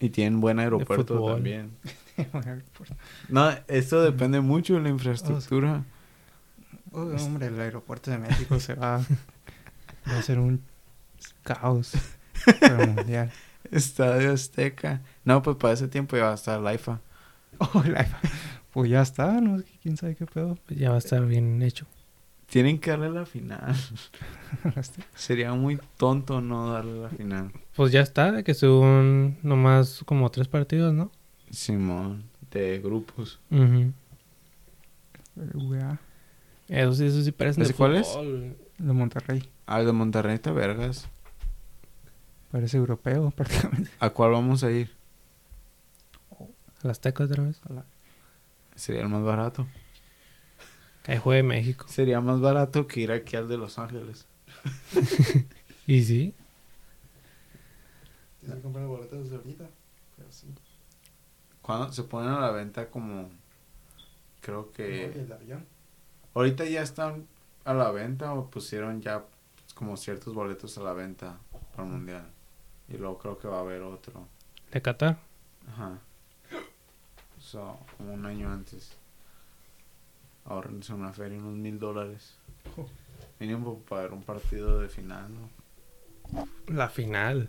S2: Y tienen buen aeropuerto
S3: fútbol.
S2: también. No, esto depende mucho de la
S3: Ah,
S2: infraestructura.
S1: Uy, hombre, el aeropuerto de México se va, va a ser un caos pero mundial.
S2: Estadio Azteca. No, pues para ese tiempo ya va a estar la IFA.
S1: Oh, la- Pues ya está, ¿no? ¿Quién sabe qué pedo?
S3: pues Ya va a estar bien hecho.
S2: Tienen que darle la final.
S1: Este,
S2: Sería muy tonto no darle la final.
S3: Pues ya está, de que son nomás como tres partidos, ¿no?
S2: Simón, de grupos.
S3: Ujú.
S1: El UEA
S3: Eso sí, eso sí parecen de
S2: ¿Ese cuál es?
S3: fútbol.
S1: de Monterrey.
S2: Ah, el de Monterrey está vergas.
S1: Parece europeo prácticamente.
S2: ¿A cuál vamos a ir?
S3: Las tecas otra vez.
S2: Sería el más barato.
S3: Que ahí juegue México.
S2: Sería más barato que ir aquí al de Los Ángeles.
S3: Y sí,
S1: Tienes que comprar boletos desde ahorita. Pero sí.
S2: Cuando se ponen a la venta como... Creo que...
S1: avión?
S2: Ahorita ya están a la venta o pusieron ya como ciertos boletos a la venta para el mundial. Y luego creo que va a haber otro.
S3: de Qatar.
S2: Ajá. So, como un año antes. Ahorrense una feria, unos mil dólares.
S1: Jo.
S2: Mínimo para ver un partido de final, ¿no?
S3: La final.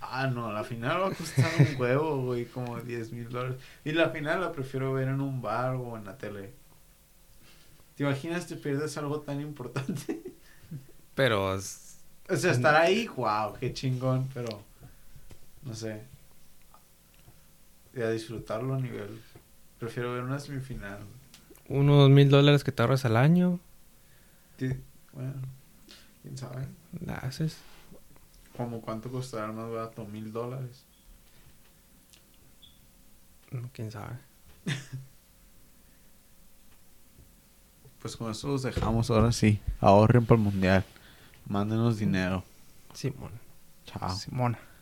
S2: Ah, no, la final va a costar un huevo, güey, como 10 mil dólares. Y la final la prefiero ver en un bar o en la tele. ¿Te imaginas te pierdes algo tan importante?
S3: Pero
S2: o sea, estar ahí, wow, qué chingón, pero no sé. Y a disfrutarlo a nivel. Prefiero ver una semifinal.
S3: unos mil dólares que te ahorras al año,
S2: Ti- Bueno, quién sabe.
S3: la haces.
S2: Como cuánto costará el más barato, mil dólares.
S3: Mm, Quién sabe.
S2: Pues con eso los dejamos ahora sí. Ahorren para el mundial. Mándenos dinero.
S3: Simón.
S2: Chao.
S1: Simona.